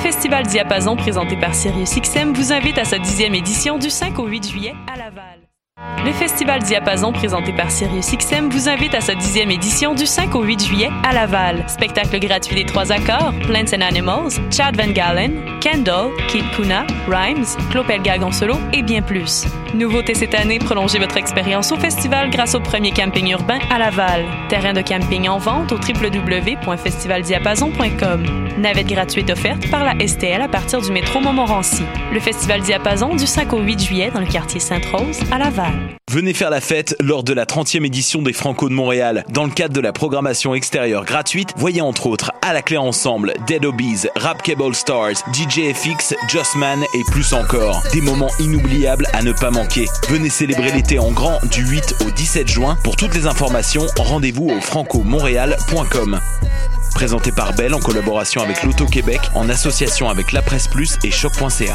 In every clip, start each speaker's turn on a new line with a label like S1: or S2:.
S1: Festival Diapason présenté par Sirius XM vous invite à sa dixième édition du 5 au 8 juillet à Laval. Le Festival Diapason présenté par Sirius XM vous invite à sa dixième édition du 5 au 8 juillet à Laval. Spectacle gratuit des trois accords, Plants and Animals, Chad Van Galen, Kendall, Kid Kuna, Rhymes, Clopelga Gonzolo et bien plus. Nouveauté cette année, prolongez votre expérience au festival grâce au premier camping urbain à Laval. Terrain de camping en vente au www.festivaldiapason.com. Navette gratuite offerte par la STL à partir du métro Montmorency. Le Festival Diapason du 5 au 8 juillet dans le quartier Sainte-Rose à Laval.
S2: Venez faire la fête lors de la 30e édition des Franco de Montréal. Dans le cadre de la programmation extérieure gratuite, voyez entre autres À la clé ensemble, Dead Obies, Rap Cable Stars, DJ FX, Just Man et plus encore. Des moments inoubliables à ne pas manquer. Venez célébrer l'été en grand du 8 au 17 juin. Pour toutes les informations, rendez-vous au francomontréal.com. Présenté par Bell en collaboration avec l'Auto-Québec, en association avec La Presse Plus et Choc.ca.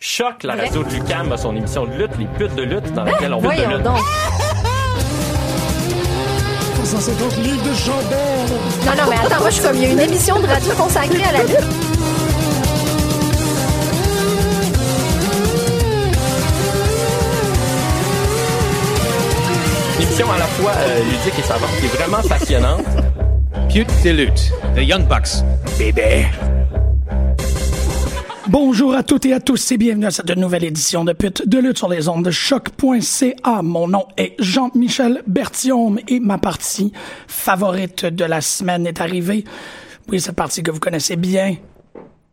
S3: Choc, la radio de Lucam a son émission de lutte, les putes de lutte, dans laquelle on va de
S4: Voyons
S3: lutte.
S4: donc.
S5: 350 livres de chandelle.
S4: Non, non, mais attends, moi, je suis comme, il y a une émission de radio consacrée à la lutte.
S3: Une émission à la fois euh, ludique et savante qui est vraiment passionnante.
S6: Pute de lutte, The Young Bucks.
S5: Bonjour à toutes et à tous et bienvenue à cette nouvelle édition de Pute de lutte sur les ondes de choc.ca. Mon nom est Jean-Michel Bertium et ma partie favorite de la semaine est arrivée. Oui, cette partie que vous connaissez bien.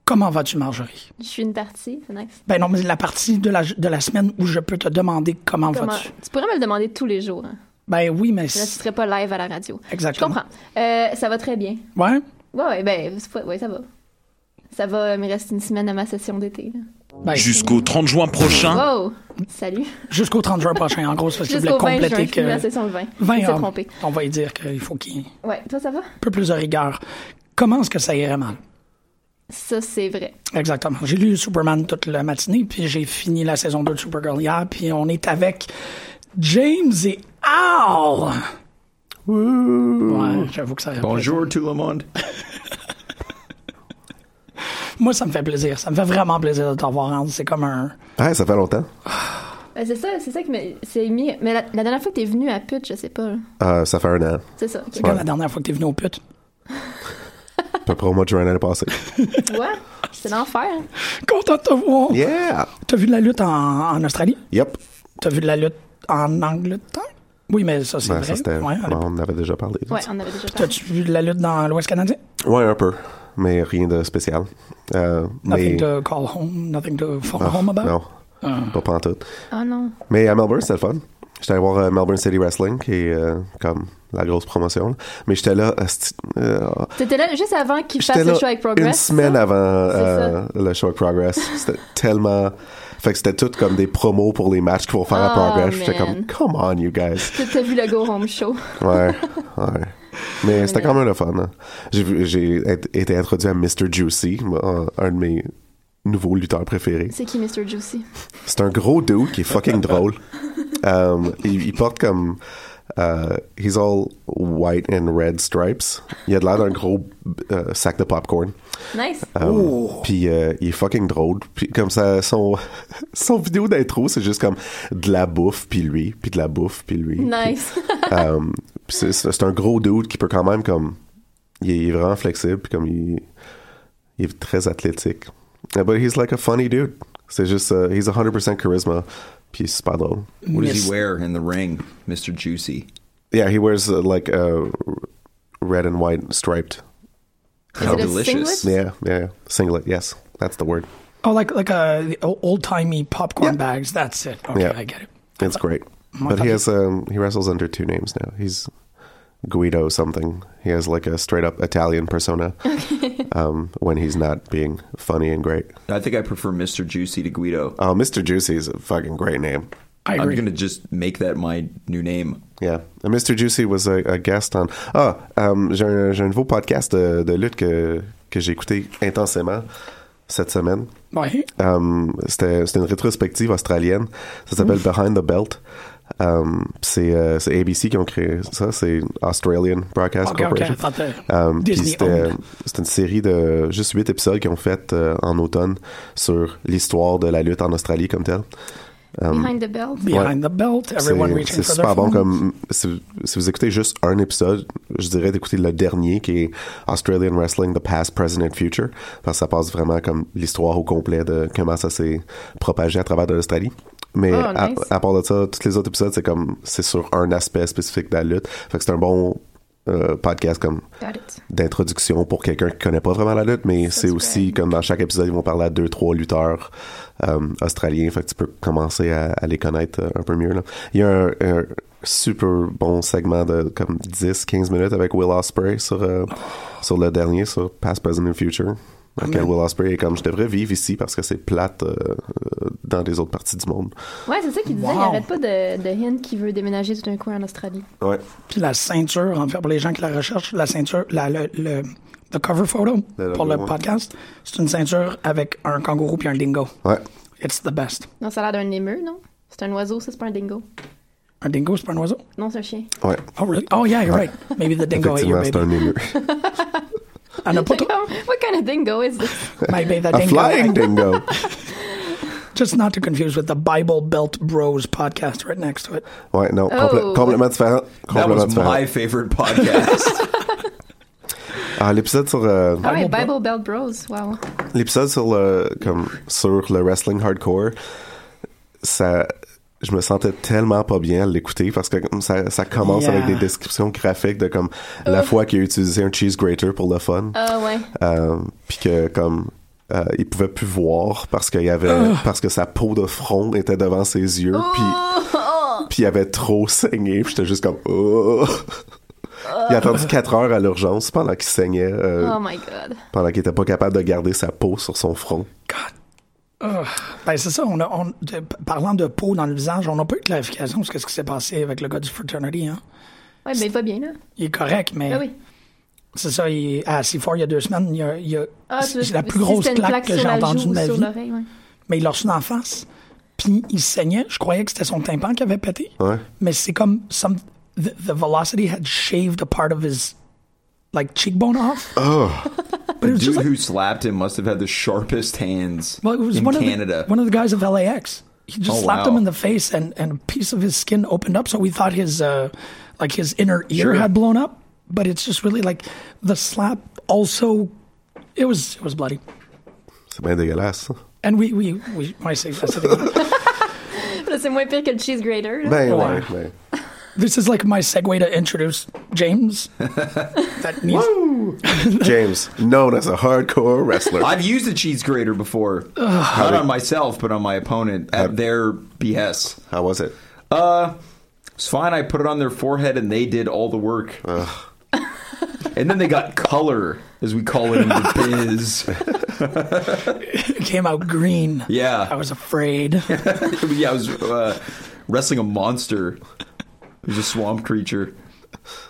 S5: Comment vas-tu, Marjorie?
S7: Je suis une partie, c'est nice.
S5: Ben non, mais la partie de la, de la semaine où je peux te demander comment,
S7: Comment-
S5: vas-tu.
S7: Tu pourrais me le demander tous les jours. hein.
S5: Ben oui, mais...
S7: Là, tu serais pas live à la radio. Je
S5: Exactement.
S7: comprends. Euh, ça va très bien.
S5: Ouais?
S7: Ouais, ouais, ben, c'est pas- ouais, ça va. Ça va, il me reste une semaine à ma session d'été. là.
S5: Ben,
S2: Jusqu'au 30 juin prochain,
S4: Ah.
S7: Wow! Salut!
S5: jusqu'au 30 juin prochain, en gros, c'est parce que je voulais
S7: Jusqu'au 20 juin,
S5: compléter
S7: je finis ma
S5: que...
S7: session le 20.
S5: 20
S7: Il s'est
S5: heures.
S7: trompé.
S5: On va y dire qu'il faut qu'il y ait
S7: Ouais, toi, ça va?
S5: un peu plus de rigueur. Comment est-ce que ça irait mal?
S7: Ça, c'est vrai.
S5: Exactement. J'ai lu Superman toute la matinée, puis j'ai fini la saison 2 de Supergirl hier, puis on est avec James et Al! Ouais, j'avoue que ça
S8: Bonjour tout le monde.
S5: Moi, ça me fait plaisir. Ça me fait vraiment plaisir de t'avoir, Hans. C'est comme un...
S8: Ah, ça fait longtemps.
S7: Ben, c'est ça, c'est ça qui me- c'est mis. Mais la, la dernière fois que t'es venu à Put, je sais pas. là.
S8: Euh, ça fait un an.
S7: C'est ça. ok.
S5: C'est comme la dernière fois que t'es venu au pute.
S8: À peu près au mois de juin l'année passée.
S7: Tu vois? C'est l'enfer.
S5: Content de te voir!
S8: Yeah!
S5: T'as vu de la lutte en, en Australie?
S8: Yep.
S5: T'as vu de la lutte en Angleterre? Oui, mais ça, c'est
S8: Ben,
S5: vrai.
S8: ça, c'était...
S5: Ouais,
S8: bon, on en avait déjà parlé.
S7: Ouais, on en avait déjà parlé.
S5: T'as-tu vu de la lutte dans l'Ouest canadien?
S8: Ouais, un peu. Mais rien de spécial. Euh, mais...
S5: Nothing to call home, nothing to phone
S8: Ah,
S5: home about? Uh,
S8: Non. Pas pantoute.
S7: Oh non.
S8: Mais à Melbourne, c'était le fun. J'étais allé voir euh, Melbourne City Wrestling, qui est euh, comme la grosse promotion. là. Mais j'étais là... euh, sti- euh,
S7: T'étais là juste avant qu'il
S8: J'étais
S7: fasse
S8: là
S7: le show avec Progress.
S8: une semaine
S7: ça?
S8: avant euh,
S7: ça.
S8: le show avec Progress. C'était tellement... Fait que c'était tout comme des promos pour les matchs qu'ils vont faire à
S7: Ah,
S8: Progress. J'étais
S7: man.
S8: comme, come on, you guys.
S7: T'as- T'as vu le Go Home Show.
S8: Ouais, ouais. Mais c'était quand même le fun. hein. J'ai vu- J'ai ét- été introduit à Mr. Juicy, un- un de mes nouveaux lutteurs préférés.
S7: C'est qui Mr. Juicy?
S8: C'est un gros dude qui est fucking drôle. Um, il, il porte comme Uh, he's all white and red stripes. Il a de l'air d'un gros euh, sac de popcorn.
S7: Nice.
S8: Um, Puis euh, il est fucking drôle. Puis comme ça, son, son vidéo d'intro, c'est juste comme de la bouffe, puis lui, puis de la bouffe, puis lui.
S7: Nice.
S8: Um, puis c'est- c'est c'est un gros dude qui peut quand même comme il est, il est vraiment flexible puis comme il, il est très athlétique. Uh, But he's like a funny dude. C'est juste uh, he's 100% charisma puis il est super drôle.
S9: What does
S5: Miss-
S9: he wear in the ring, Mr. Juicy?
S8: Yeah, he wears uh, like uh, red and white striped.
S9: How
S7: it a
S9: delicious.
S7: singlet?
S8: Yeah, yeah, yeah. singlet. Yes, that's the word.
S5: Oh, like like uh, old timey popcorn bags. That's it. Okay,
S8: Yeah.
S5: I get it.
S8: It's great.
S5: I
S8: But
S5: thought
S8: he
S5: you-
S8: has um, he wrestles under two names now. He's Guido something. He has like a straight up Italian persona um, when he's not being funny and great.
S9: I think I prefer Mr. Juicy to Guido.
S8: Oh, Mr. Juicy is a fucking great name.
S5: I
S9: I'm
S5: agree.
S9: going to just make that my new name.
S8: Yeah. And Mr. Juicy was a, a guest on. Ah, um, j'ai un, j'ai un nouveau podcast de, de lutte que, que j'ai écouté intensément cette semaine.
S5: Ouais.
S8: Um, C'était c'était une rétrospective australienne. Ça s'appelle Behind the Belt. Um, c'est euh, c'est ABC qui ont créé ça. C'est Australian Broadcast
S5: Okay, okay. I
S8: Corporation.
S5: thought the
S8: Um, puis
S5: Disney
S8: c'était
S5: owned.
S8: c'était une série de juste huit épisodes qu'ils ont fait euh, en automne sur l'histoire de la lutte en Australie comme telle. um,
S7: Behind the belt.
S5: Behind the belt, everyone
S8: C'est-
S5: reaching
S8: C'est
S5: for
S8: super
S5: their
S8: bon
S5: phone.
S8: comme si, si vous écoutez juste un épisode, je dirais d'écouter le dernier qui est Australian Wrestling The Past, Present and Future parce que ça passe vraiment comme l'histoire au complet de comment ça s'est propagé à travers de l'Australie. Mais
S7: Oh,
S5: Ah,
S8: à,
S7: nice.
S8: à part de ça, tous les autres épisodes c'est comme c'est sur un aspect spécifique de la lutte. Fait que c'est un bon euh, podcast comme
S7: Got it.
S8: d'introduction pour quelqu'un qui connaît pas vraiment la lutte, mais c'est
S7: c'est
S8: aussi
S7: vrai.
S8: comme dans chaque épisode, ils vont parler à deux, trois lutteurs euh, australiens. Fait que tu peux commencer à, à les connaître euh, un peu mieux. là. Il y a un, un super bon segment de comme 10-15 minutes avec Will Osprey sur, euh, sur le dernier, sur Past, Present and Future. Dans lequel Will Osprey est comme je devrais vivre ici parce que c'est plate euh, euh, dans les autres parties du monde.
S7: Ouais, c'est ça qu'il disait.
S5: Wow.
S7: Il arrête pas de, de hint qui veut déménager tout d'un coup en Australie.
S8: Ouais.
S5: Puis la ceinture, en fait, pour les gens qui la recherchent, la ceinture, la, le, le- the cover photo
S8: Le
S5: pour le
S8: logo, ouais.
S5: podcast, c'est une ceinture avec un kangourou puis un dingo.
S8: Ouais.
S5: It's the best.
S7: Non, ça a l'air d'un émeu, non? C'est un oiseau, ça, c'est pas un dingo.
S5: Un dingo, c'est pas un oiseau?
S7: Non, c'est un chien.
S8: Ouais.
S5: Oh, really? Oh, yeah, you're right. Maybe the dingo ate your
S8: Effectivement, c'est
S5: baby.
S8: un ému.
S5: Elle
S8: Ah,
S5: n'a pas trop.
S7: What kind of dingo is this?
S5: Maybe the
S8: A
S5: dingo.
S8: flying
S5: ate-
S8: dingo.
S5: Just not to confuse with the Bible Belt Bros podcast right next to it.
S8: Ouais, non, complè-
S7: Oh.
S8: complètement différent.
S9: That
S8: Complètement
S9: was
S8: différent.
S9: my favorite podcast.
S8: Ah, l'épisode sur euh,
S7: Ah ouais,
S5: Bible
S7: Bible Belt Bros. Wow.
S8: l'épisode sur le comme sur le wrestling hardcore, ça je me sentais tellement pas bien à l'écouter parce que comme ça, ça commence
S5: Yeah.
S8: avec des descriptions graphiques de comme la fois qu'il a utilisé un cheese grater pour le fun.
S7: Ah ouais.
S8: Euh, puis que comme euh, il pouvait plus voir parce qu'il y avait parce que sa peau de front était devant ses yeux puis puis il avait trop saigné puis j'étais juste comme oh. il a attendu 4 heures à l'urgence pendant qu'il saignait euh,
S7: Oh my god.
S8: pendant qu'il était pas capable de garder sa peau sur son front
S5: God. Ugh. Ben, c'est ça, on a, on- de- parlant de peau dans le visage, on n'a pas eu de clarification sur ce qui s'est passé avec le gars du fraternity. Hein.
S7: Ouais, mais il va bien, là.
S5: Il est correct, mais
S7: Ah oui.
S5: c'est ça, il, à C4, il y a deux semaines, il y a, il y a-
S7: Ah, tu veux-
S5: c'est la
S7: si
S5: plus grosse
S7: c'était une
S5: claque, que
S7: sur
S5: j'ai
S7: la
S5: entendue
S7: joue
S5: de ma
S7: ou sur
S5: vie.
S7: l'oreille, ouais.
S5: Mais il l'a reçu en face, puis il saignait. Je croyais que c'était son tympan qui avait pété.
S8: Ouais.
S5: Mais c'est comme, some, the, the velocity had shaved a part of his, like, cheekbone off. But it was
S9: Dude
S5: just like,
S9: who slapped him must have had the sharpest hands
S5: well, it was
S9: in
S5: one
S9: Canada.
S5: of the, one of the guys of LAX. He just
S9: Oh,
S5: slapped
S9: wow.
S5: him in the face, and, and a piece of his skin opened up. So we thought his, uh, like his inner ear had blown up. But it's just really like the slap also, it was it was bloody.
S8: c'est bien dégueulasse ça.
S5: And we we we I say that's the thing.
S7: Là, c'est moins pire que le cheese grater. là.
S8: ben
S5: Ouais.
S8: ouais, ben.
S5: this is like my segue to introduce James. That needs
S8: James known as a hardcore wrestler
S9: I've used a cheese grater before, not on myself, but on my opponent at their behest.
S8: how was it
S9: Uh, it's fine. I put it on their forehead, and they did all the work. and then they got color, as we call it in the biz.
S5: it came out green.
S9: Yeah.
S5: I was afraid.
S9: yeah, I was uh, wrestling a monster. It was a swamp creature.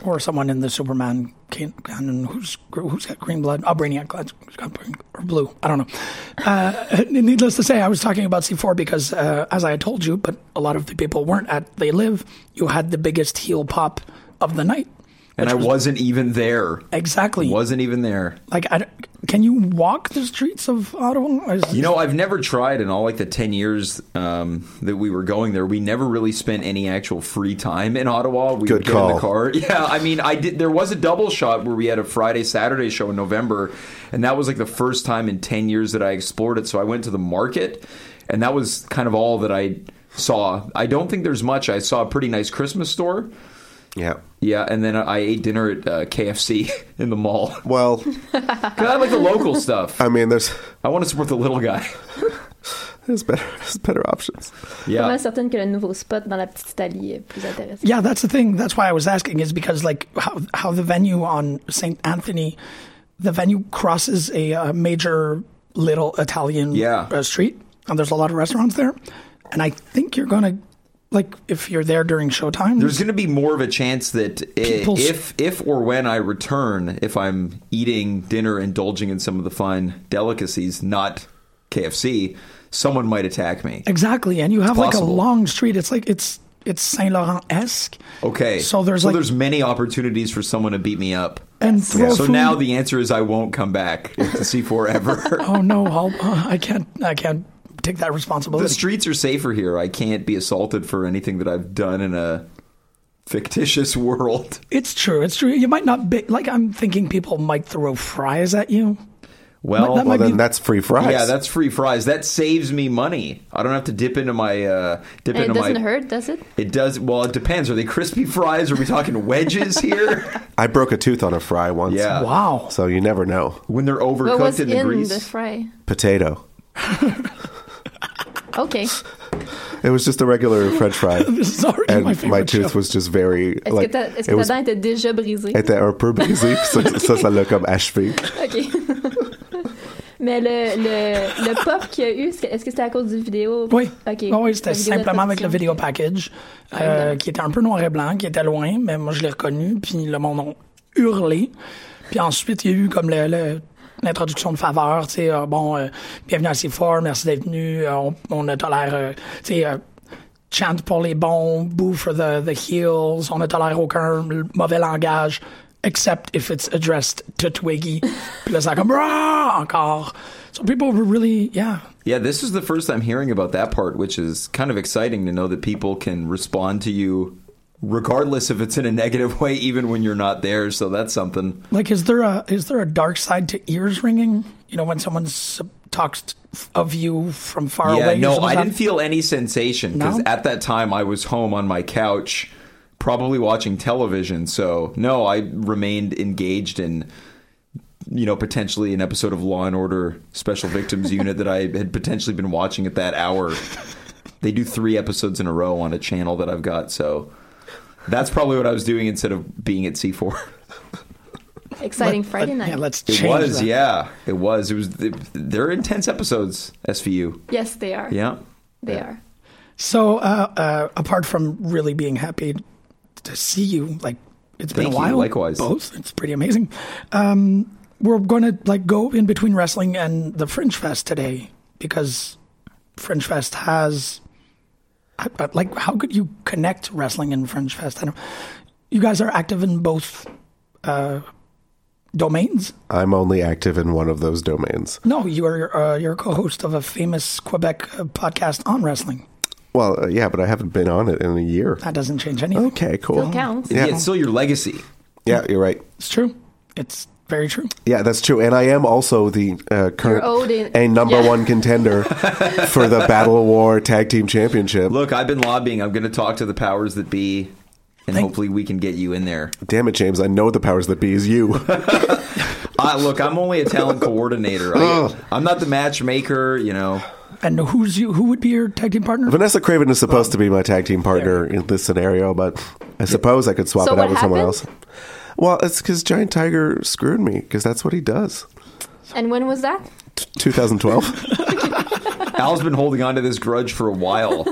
S5: or someone in the Superman can canon who's who's got green blood. Oh, Brainiac has got green or blue. I don't know. Uh, needless to say, I was talking about C4 because, uh, as I had told you, but a lot of the people weren't at They Live. You had the biggest heel pop of the night.
S9: And
S5: which
S9: I wasn't even there.
S5: exactly
S9: Wasn't even there.
S5: like. I, don't- can you walk the streets of Ottawa? Is-
S9: You know, I've never tried in all like the 10 years um, that we were going there. We never really spent any actual free time in Ottawa. We
S8: Good
S9: would get in
S8: call.
S9: the car. Yeah, I mean, I did there was a double shot where we had a Friday Saturday show in November, and that was like the first time in 10 years that I explored it. So I went to the market, and that was kind of all that I saw. I don't think there's much. I saw a pretty nice Christmas store.
S8: Yeah.
S9: Yeah, and then I ate dinner at uh, KFC in the mall.
S8: Well,
S9: Cause I like the local stuff.
S8: I mean, there's
S9: I want to support the little guy.
S8: there's better there's better options.
S9: Yeah.
S7: Je suis certaine que le nouveau spot dans la petite Italie est plus intéressant.
S5: Yeah, that's the thing. That's why I was asking is because like how how the venue on St. Anthony, the venue crosses a uh, major little Italian
S9: Yeah.
S5: uh, street, and there's a lot of restaurants there, and I think you're gonna like if you're there during showtime.
S9: There's going to be more of a chance that i-
S5: People's-
S9: if if or when I return, if I'm eating dinner, indulging in some of the fine delicacies, not KFC, someone might attack me.
S5: exactly, and you have like a
S9: possible.
S5: long street. It's like it's it's Saint Laurent esque.
S9: Okay,
S5: So there's like
S9: there's many opportunities for someone to beat me up.
S5: and throw
S9: So
S5: food-
S9: now the answer is I won't come back to C4 ever.
S5: oh no, I'll, uh, I can't I can't take that responsibility.
S9: the streets are safer here. I can't be assaulted for anything that I've done in a fictitious world.
S5: It's true. It's true. You might not be like I'm thinking people might throw fries at you.
S9: Well,
S5: that might be-
S8: Well, then that's free fries.
S9: Yeah, that's free fries. That saves me money. I don't have to dip into my uh, dip
S7: And it
S9: into
S7: doesn't
S9: my.
S7: hurt, does it?
S9: It does. Well, it depends. Are they crispy fries? Are we talking wedges here?
S8: I broke a tooth on a fry once.
S9: Yeah.
S5: Wow.
S8: So you never know.
S9: when they're
S7: What was
S9: overcooked in
S7: in,
S9: the grease.
S7: the fry?
S8: Potato.
S7: OK. Est-ce
S8: It was just a regular French fry.
S5: This is already
S8: and
S5: my
S8: my,
S5: favorite
S8: tooth
S5: show.
S8: was just very
S7: que
S8: like
S7: ta, est-ce
S8: it
S7: que ta
S8: was
S7: dent était déjà brisée?
S8: était un peu brisé, puis ça, ça, ça l'a comme achevé.
S7: OK. Mais le, le, le pop qu'il y a eu, est-ce que est-ce que c'était à cause du vidéo?
S5: Oui.
S7: OK.
S5: Ah oui, c'était
S7: La vidéo
S5: simplement avec le
S7: d'introduction.
S5: vidéo package, euh,
S7: Ah, évidemment.
S5: qui était un peu noir et blanc, qui était loin, mais moi je l'ai reconnu, puis le monde a hurlé. Puis ensuite, il y a eu comme le- le- l'introduction de faveur, tu sais, euh, bon, euh, bienvenue à C4, merci d'être venu, euh, on, on a tolère, euh, tu sais, euh, chant pour les bons, boo for the, the heels, on ne tolère aucun l- mauvais langage, except if it's addressed to Twiggy. puis là, ça a comme, Rah! encore. So people were really, yeah.
S9: Yeah, this is the first I'm hearing about that part, which is kind of exciting to know that people can respond to you regardless if it's in a negative way, even when you're not there. So that's something.
S5: Like, is there a is there a dark side to ears ringing? You know, when someone s- talks t- of you from far
S9: yeah,
S5: away. you're
S9: no,
S5: supposed
S9: I
S5: to
S9: didn't feel any sensation because
S5: No?
S9: at that time I was home on my couch, probably watching television. So no, I remained engaged in, you know, potentially an episode of Law and Order Special Victims Unit that I had potentially been watching at that hour. They do three episodes in a row on a channel that I've got, so that's probably what I was doing instead of being at C four.
S7: Exciting
S5: Let-
S7: Friday night.
S5: Yeah, let's
S9: It
S5: change
S9: was,
S5: that.
S9: yeah, it was. It was. They're intense episodes. SVU.
S7: Yes, they are.
S9: Yeah.
S7: They are.
S5: So, uh, uh, apart from really being happy to see you, like it's been
S9: Thank
S5: a
S9: you,
S5: while.
S9: likewise.
S5: both. It's pretty amazing. Um, we're going to like go in between wrestling and the Fringe Fest today because Fringe Fest has I- I- like how could you connect wrestling and Fringe Fest? I don't. You guys are active in both uh, domains.
S8: I'm only active in one of those domains.
S5: No, you are uh, you're a co-host of a famous Quebec uh, podcast on wrestling.
S8: Well, uh, yeah, but I haven't been on it in a year.
S5: That doesn't change anything.
S8: Okay, cool.
S7: Still counts.
S9: yeah,
S8: Yeah.
S9: it's still your legacy.
S8: Yeah, you're right.
S5: It's true. It's very true.
S8: Yeah, that's true. And I am also the uh, current
S7: owed in-
S8: a number
S7: Yeah.
S8: one contender for the Battle of War Tag Team Championship.
S9: Look, I've been lobbying. I'm going to talk to the powers that be, and
S5: Thank-
S9: hopefully we can get you in there.
S8: Damn it, James! I know the powers that be is you.
S9: I, look, I'm only a talent coordinator. I, I'm not the matchmaker. You know,
S5: And who's you? Who would be your tag team partner?
S8: Vanessa Craven is supposed to be my tag team partner in this scenario, but I suppose I could swap
S7: So
S8: it out
S7: what
S8: with someone else.
S7: happened?
S8: Well, it's because Giant Tiger screwed me because that's what he does.
S7: And when was that?
S8: 2012.
S9: Al's been holding on to this grudge for a while.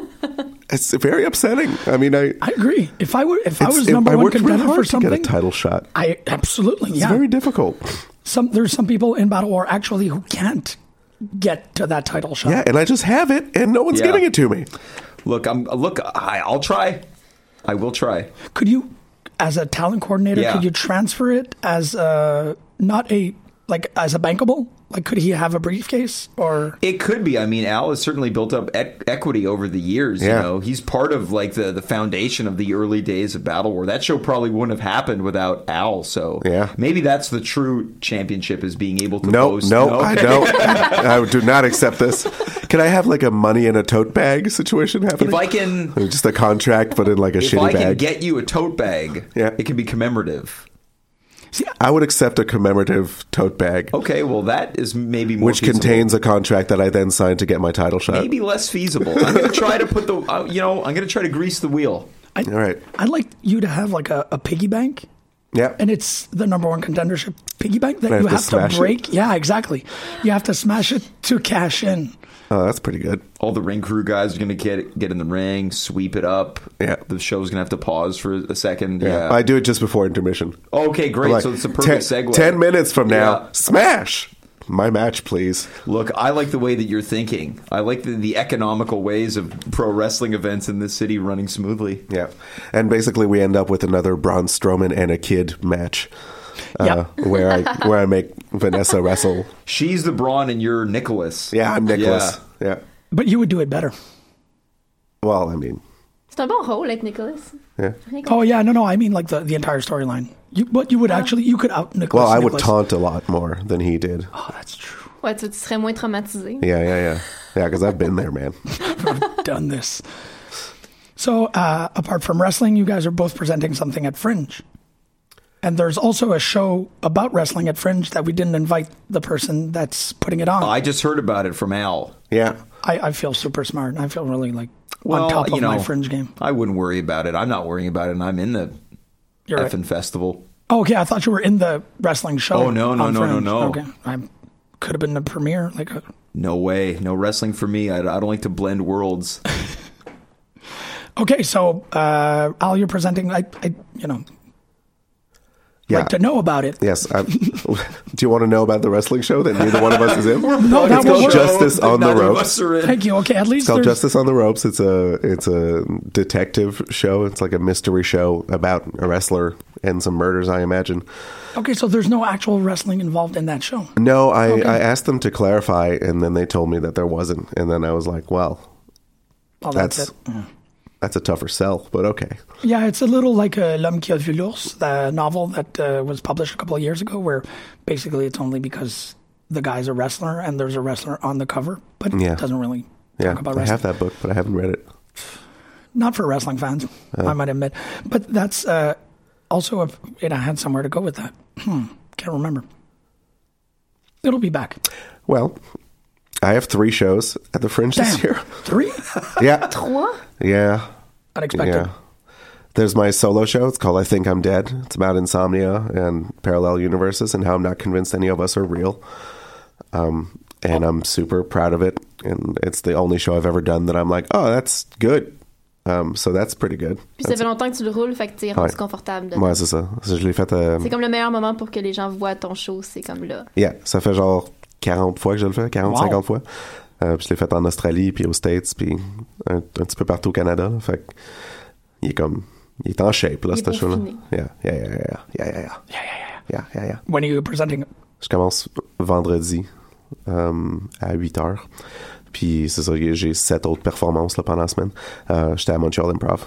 S8: It's very upsetting. I mean, I
S5: I agree. If I were if I
S8: it's-
S5: was
S8: it-
S5: number
S8: I
S5: one
S8: worked really
S5: contender for
S8: hard to get a
S5: something,
S8: title shot.
S5: I absolutely
S8: It's
S5: yeah.
S8: very difficult.
S5: some there's some people in Battle War actually who can't get to that title shot.
S8: Yeah, and I just have it, and no one's
S9: Yeah.
S8: giving it to me.
S9: Look, I'm look. I, I'll try. I will try.
S5: Could you, as a talent coordinator,
S9: Yeah.
S5: could you transfer it as a not a like as a bankable? Like, could he have a briefcase or?
S9: It could be. I mean, Al has certainly built up ec- equity over the years.
S8: Yeah.
S9: You know, he's part of like the the foundation of the early days of Battle War. That show probably wouldn't have happened without Al. So
S8: Yeah.
S9: maybe that's the true championship is being able to
S8: No,
S9: boast.
S8: no, I don't. I do not accept this. Can I have like a money in a tote bag situation happening?
S9: If I can,
S8: Or just a contract, but in like a
S9: if
S8: shitty
S9: I can
S8: bag.
S9: get you a tote bag,
S8: Yeah.
S9: it can be commemorative.
S8: I would accept a commemorative tote bag,
S9: Okay, well that is maybe Oh, more
S8: which
S9: feasible.
S8: contains a contract that I then sign to get my title shot.
S9: maybe less feasible. I'm going to try to put the uh, you know I'm going to try to grease the wheel.
S5: I,
S8: All right.
S5: I'd like you to have like a, a piggy bank,
S8: Yeah.
S5: and it's the number one contendership piggy bank that
S8: I have
S5: you
S8: to
S5: have to
S8: smash it?
S5: break. Yeah, exactly. You have to smash it to cash in.
S8: oh, that's pretty good.
S9: all the ring crew guys are going to get get in the ring, sweep it up.
S8: Yeah.
S9: the show's going to have to pause for a second.
S8: Yeah.
S9: Yeah.
S8: I do it just before intermission.
S9: okay, great.
S8: Like,
S9: so it's a perfect
S8: ten,
S9: segue.
S8: Ten minutes from now,
S9: Yeah.
S8: smash my match, please.
S9: Look, I like the way that you're thinking. I like the, the economical ways of pro wrestling events in this city running smoothly.
S8: Yeah, and basically we end up with another Braun Strowman and a kid match, uh,
S5: Yep.
S8: where I where I make Vanessa wrestle.
S9: She's the Braun and you're Nicholas.
S8: Yeah, I'm Nicholas. Yeah.
S5: But you would do it better.
S8: Well, I mean,
S7: C'est un bon rôle avec Nicholas.
S8: yeah.
S5: Oh yeah, no, no. I mean like the, the entire storyline. You, but you would actually you could out Nicholas.
S8: Well, I would
S5: Nicholas.
S8: taunt a lot more than he did.
S5: Oh, that's true.
S7: Ouais, tu, tu serais moins traumatisé.
S8: Yeah, yeah, yeah, yeah. Because I've been there, man.
S5: I've done this. So uh, apart from wrestling, you guys are both presenting something at Fringe, and there's also a show about wrestling at Fringe that we didn't invite the person that's putting it on.
S9: I just heard about it from Al.
S8: Yeah,
S5: I, I feel super smart. and I feel really like
S9: Well,
S5: on top of
S9: you know,
S5: my Fringe game.
S9: I wouldn't worry about it. I'm not worrying about it. and I'm in the
S5: You're right.
S9: effing festival.
S5: Oh, okay. I thought you were in the wrestling show.
S9: Oh, no, no,
S5: on
S9: no, no,
S5: Fringe.
S9: no.
S5: Okay, I could have been the premiere. Like, uh, a,
S9: No way. No wrestling for me. I, I don't like to blend worlds.
S5: okay, so uh, Al, you're presenting. I, I, you know,
S8: yeah.
S5: like to know about it.
S8: Yes. I'm, do you want to know about the wrestling show that neither one of us is in?
S5: No, that
S8: it's called
S5: was
S8: Justice on the
S9: Neither of
S8: Ropes.
S9: us are in.
S5: Thank you. Okay, at least
S8: It's called
S5: there's,
S8: Justice on the Ropes. It's a it's a detective show. It's like a mystery show about a wrestler and some murders, I imagine.
S5: okay. So there's no actual wrestling involved in that show.
S8: No, I, I asked them to clarify, and then they told me that there wasn't. And then I was like, well,
S5: Well, that's,
S8: that's
S5: it.
S8: that's a tougher sell, but okay.
S5: Yeah, it's a little like uh, L'homme qui a vu l'ours, the novel that uh, was published a couple of years ago, where basically it's only because the guy's a wrestler and there's a wrestler on the cover, but
S8: Yeah.
S5: it doesn't really
S8: Yeah,
S5: talk about
S8: I
S5: wrestling.
S8: have that book, but I haven't read it.
S5: Not for wrestling fans, I might admit. But that's uh, also, a, and I had somewhere to go with that. Hmm, can't remember. It'll be back.
S8: Well, I have three shows at the Fringe
S5: Damn.
S8: this year.
S5: Three?
S8: Yeah,
S7: Trois?
S8: yeah,
S5: Unexpected.
S8: yeah. There's my solo show. It's called I Think I'm Dead. It's about insomnia and parallel universes and how I'm not convinced any of us are real. Um, and I'm super proud of it. And it's the only show I've ever done that I'm like, oh, that's good. Um, so that's pretty good.
S7: Puis ça fait longtemps que tu le roules, fait que tu es rendu
S8: Ouais.
S7: confortable. dedans.
S8: Ouais, c'est ça. Ça, Je l'ai fait. euh,
S7: C'est comme le meilleur moment pour que les gens voient ton show, c'est comme là.
S8: yeah, ça fait genre 40 fois que je le fais, 40,
S5: Wow.
S8: 50 fois. Euh, puis je l'ai fait en Australie, puis aux States, puis un, un petit peu partout au Canada. là. Fait que il est comme. Il est en shape, là,
S7: Il est
S8: ce show-là.
S7: peaufiné.
S8: Yeah, yeah, yeah, yeah, yeah, yeah, yeah. Yeah, yeah, yeah.
S5: When are you presenting it?
S8: Je commence vendredi euh, à 8 heures. Puis c'est ça, j'ai sept autres performances là, pendant la semaine. Euh, J'étais à Montreal Improv.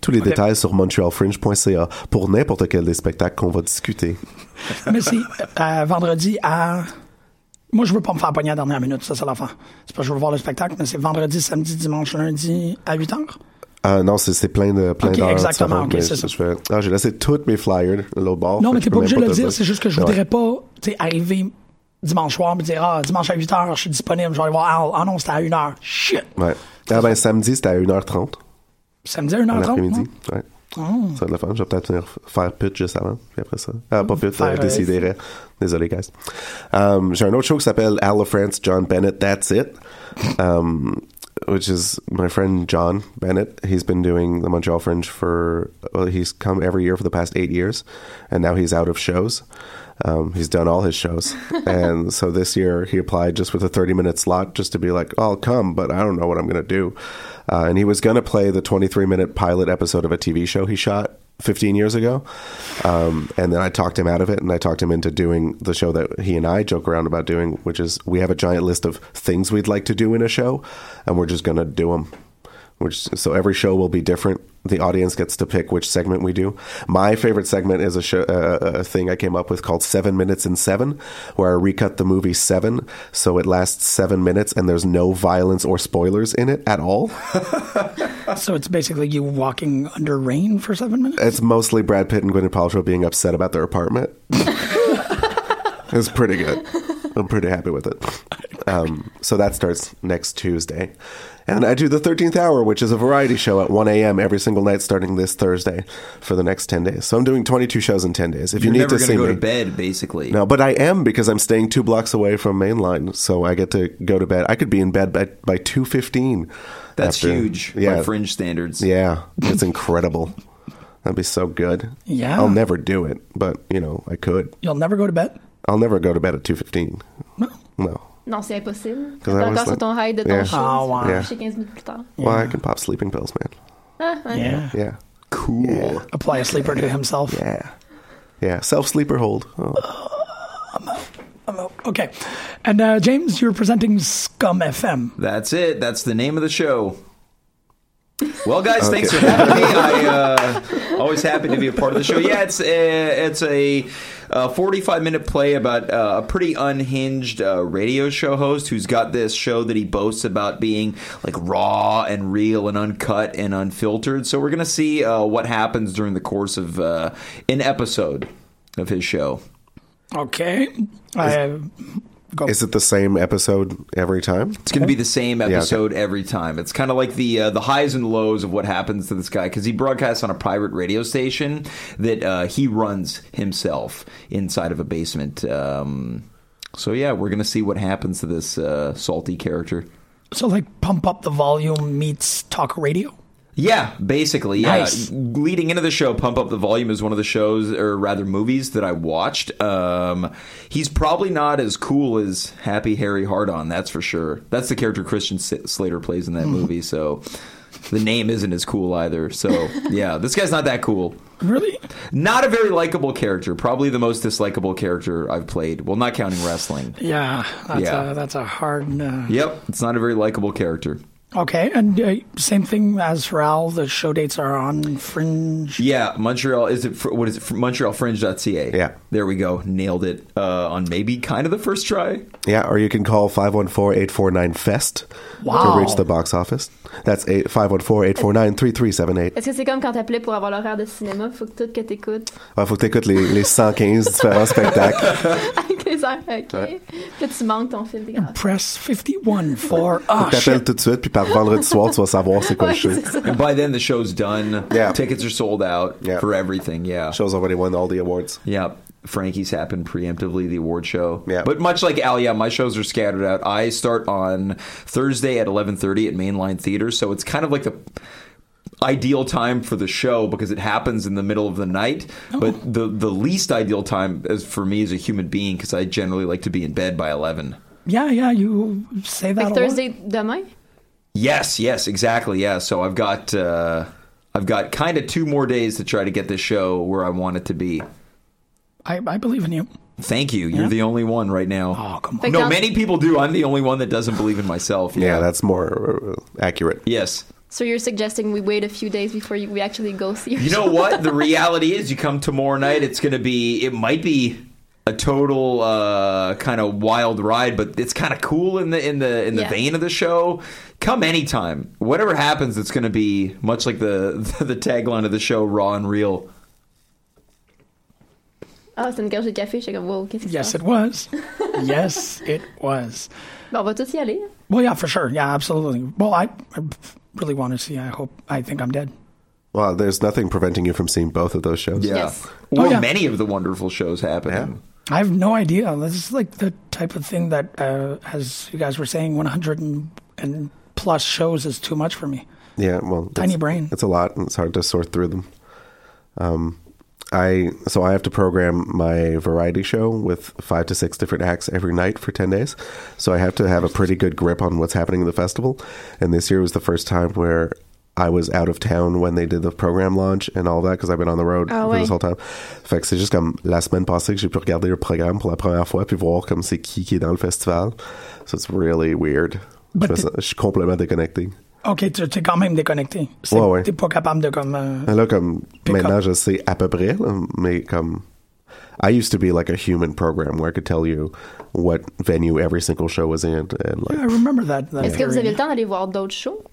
S8: Tous les détails sur montrealfringe.ca pour n'importe quel des spectacles qu'on va discuter.
S5: Mais si, euh, vendredi à. Moi, je veux pas me faire pogner à la dernière minute, ça, c'est l'affaire. C'est parce que je veux voir le spectacle, mais c'est vendredi, samedi, dimanche, lundi à 8 h.
S8: Ah non, c'est c'est plein de plein
S5: Ok,
S8: d'heures
S5: exactement,
S8: différentes,
S5: ok,
S8: mais
S5: c'est
S8: je-
S5: ça.
S8: je fais- ah, j'ai laissé toutes mes flyers à l'autre bord.
S5: Non,
S8: fait
S5: mais t'es
S8: que
S5: pas
S8: je peux
S5: obligé
S8: même
S5: de le
S8: te
S5: dire, c'est juste que je
S8: Ouais.
S5: voudrais pas, tu sais, arriver dimanche soir me dire, ah, dimanche à 8 h, je suis disponible, je vais aller voir Al. Ah non, c'était à 1 h. Shit!
S8: Ouais. Ah ben samedi, c'était à 1h30
S5: Samedi à 1
S8: en
S5: h 30
S8: après-midi. Ouais.
S5: Oh.
S8: Ça va être le fun. Je vais peut-être venir f- faire pute juste avant, puis après ça. Ah, pas pute, euh,
S5: Faire, euh,
S8: déciderait. Désolé, guys. Um, j'ai un autre show qui s'appelle All of France, John Bennett, That's It. Um, which is my friend John Bennett. He's been doing the Montreal Fringe for well, he's come every year for the past eight years, and now he's out of shows. Um, he's done all his shows, and so this year he applied just with a thirty-minute slot, just to be like, "Oh, "I'll come," but I don't know what I'm going to do. Uh, and he was going to play the twenty-three-minute pilot episode of a TV show he shot 15 years ago. Um, and then I talked him out of it and I talked him into doing the show that he and I joke around about doing, which is we have a giant list of things we'd like to do in a show and we're just going to do them. Which, so every show will be different. The audience gets to pick which segment we do. My favorite segment is a, show, uh, a thing I came up with called Seven Minutes in Seven, where I recut the movie Seven so it lasts seven minutes and there's no violence or spoilers in it at all.
S5: so it's basically you walking under rain for seven minutes.
S8: It's mostly Brad Pitt and Gwyneth Paltrow being upset about their apartment. it's pretty good. I'm pretty happy with it. Um, so that starts next Tuesday. And I do the 13th hour, which is a variety show at 1 a.m. every single night starting this Thursday for the next 10 days. So I'm doing 22 shows in 10 days. If you
S9: You're
S8: need
S9: never
S8: to
S9: gonna
S8: see
S9: go
S8: me.
S9: to bed, basically.
S8: No, but I am because I'm staying two blocks away from mainline, so I get to go to bed. I could be in bed by by two fifteen.
S9: That's huge by Fringe standards.
S8: Yeah, it's incredible. That'd be so good.
S5: Yeah.
S8: I'll never do it, but you know I could.
S5: You'll never go to bed.
S8: I'll never go to bed at two fifteen.
S5: No.
S8: No.
S7: Non, c'est impossible.
S8: 'Cause
S7: T'es
S8: I was
S7: encore
S8: like-
S7: sur ton high de ton
S8: Yeah.
S7: show.
S8: Ah,
S7: tu peux
S8: ouais. Yeah.
S7: coucher 15 minutes plus tard.
S8: Well, I can pop sleeping pills, man.
S7: Ah, ouais.
S8: Yeah. Cool. Yeah.
S5: Apply a sleeper to himself.
S8: Yeah. Yeah. Self sleeper hold. Oh.
S5: Oh, Okay. And uh, James, you're presenting Scum FM.
S9: That's it. That's the name of the show. Well, guys,
S8: Okay.
S9: thanks for having me. I uh, always happy to be a part of the show. Yeah, it's a, it's a, uh 45 minute play about uh, a pretty unhinged uh, radio show host who's got this show that he boasts about being like raw and real and uncut and unfiltered. So we're gonna see uh, what happens during the course of uh, an episode of his show.
S5: Okay. I, uh,
S8: Is it the same episode every time?
S9: It's going to be the same
S8: okay.
S9: episode every time. It's kind of like the uh, the highs and lows of what happens to this guy because he broadcasts on a private radio station that uh, he runs himself inside of a basement. Um, so yeah, we're going to see what happens to this uh, salty character.
S5: so, like, pump up the volume meets talk radio.
S9: Yeah, basically. Yeah.
S5: Nice.
S9: Leading into the show, Pump Up the Volume is one of the shows, or rather movies, that I watched. Um, he's probably not as cool as Happy Harry Hardon, that's for sure. That's the character Christian S- Slater plays in that movie, so the name isn't as cool either. So, yeah, this guy's not that cool.
S5: Really?
S9: Not a very likable character. Probably the most dislikable character I've played. Well, not counting wrestling.
S5: Yeah. That's,
S9: Yeah.
S5: A, that's a hard. Uh,
S9: Yep, it's not a very likable character.
S5: Okay. And uh, same thing as for Al, the show dates are on Fringe.
S9: Yeah, Montreal is it? fr- What is it? fr- Montrealfringe.ca.
S8: Yeah.
S9: there we go. Nailed it uh, on maybe kind of the first try.
S8: Yeah, or you can call 514-849-FEST
S5: Wow.
S8: E to reach the box office. That's eight- 514-849-3378.
S7: Est-ce que c'est comme quand t'appelais pour avoir l'horaire de cinéma? Faut que tout que t'écoutes.
S8: Il faut que tu écoutes les, les 115 différents spectacles.
S7: Avec les heures, ok. Puis tu manques ton film. grave.
S5: Press 51 for. Oh,
S8: T'appelles
S5: shit.
S8: tout de suite, puis par vendredi soir, tu vas savoir c'est quoi
S7: Ouais,
S8: le show.
S7: c'est ça.
S9: And by then the show's done.
S8: Yeah.
S9: tickets are sold out
S8: Yeah.
S9: for everything. Yeah,
S8: Show's already won all the awards.
S9: yeah. Frankie's happened preemptively the award show.
S8: Yeah.
S9: but much like Al, yeah, my shows are scattered out. I start on Thursday at eleven thirty at Mainline Theater, so it's kind of like the ideal time for the show because it happens in the middle of the night. But the the least ideal time is for me as a human being because I generally like to be in bed by eleven.
S5: Yeah, yeah. You say that
S7: Fait que
S5: a lot.
S7: Thursday demain?
S9: Yes, yes, exactly. Yeah. So I've got uh, I've got kind of two more days to try to get this show where I want it to be.
S5: I, I believe in you.
S9: Thank you. You're the only one right now.
S5: Oh, come on.
S7: Fait que
S9: no,
S7: dans-
S9: many people do. I'm the only one that doesn't believe in myself.
S8: Yeah, that's more uh, accurate.
S9: yes.
S7: So you're suggesting we wait a few days before you, we actually go see your
S9: You know
S7: show?
S9: what? The reality is, you come tomorrow night. It's going to be. It might be a total uh, kind of wild ride, but it's kind of cool in the in the in the
S7: Yeah.
S9: vein of the show. Come anytime. Whatever happens, it's going to be much like the the tagline of the show, raw and real.
S7: Ah, c'est une gorge de café. J'étais comme, wow, qu'est-ce qui se
S5: Yes,
S7: passe?
S5: it was. yes, it was.
S7: Bon, on va tous y aller.
S5: Well, yeah, for sure. Yeah, absolutely. Well, I, I really want to see. I hope. I think I'm dead.
S8: Well, there's nothing preventing you from seeing both of those shows.
S9: Yeah.
S7: Yes.
S9: Or
S5: Oh, yeah.
S9: many of the wonderful shows happening.
S5: I have no idea. This is like the type of thing that, uh, as you guys were saying, 100 and, and plus shows is too much for me.
S8: Yeah, well,
S5: Tiny
S8: it's-
S5: brain.
S8: It's a lot, and it's hard to sort through them. Um, I so I have to program my variety show with five to six different acts every night for ten days. So I have to have a pretty good grip on what's happening in the festival. And this year was the first time where I was out of town when they did the program launch and all that because I've been on the road
S10: Ah
S8: for
S10: ouais.
S8: this whole time. Fait que c'est juste comme la semaine passée que j'ai pu regarder le programme pour la première fois puis voir comme c'est qui qui est dans le festival. So it's really weird. Je,
S5: But
S8: me
S5: the-
S8: sens- je suis complètement déconnecté.
S5: Ok, tu es quand même déconnecté. C'est-
S8: Ouais, ouais.
S5: T'es pas capable de comme. euh,
S8: And Là, comme
S5: Pick
S8: maintenant,
S5: up.
S8: je sais à peu près, là, mais comme. I used to be like a human program where I could tell you what venue every single show was in. And like,
S5: I remember that. that
S7: Est-ce que vous
S5: period.
S7: avez le temps d'aller voir d'autres shows?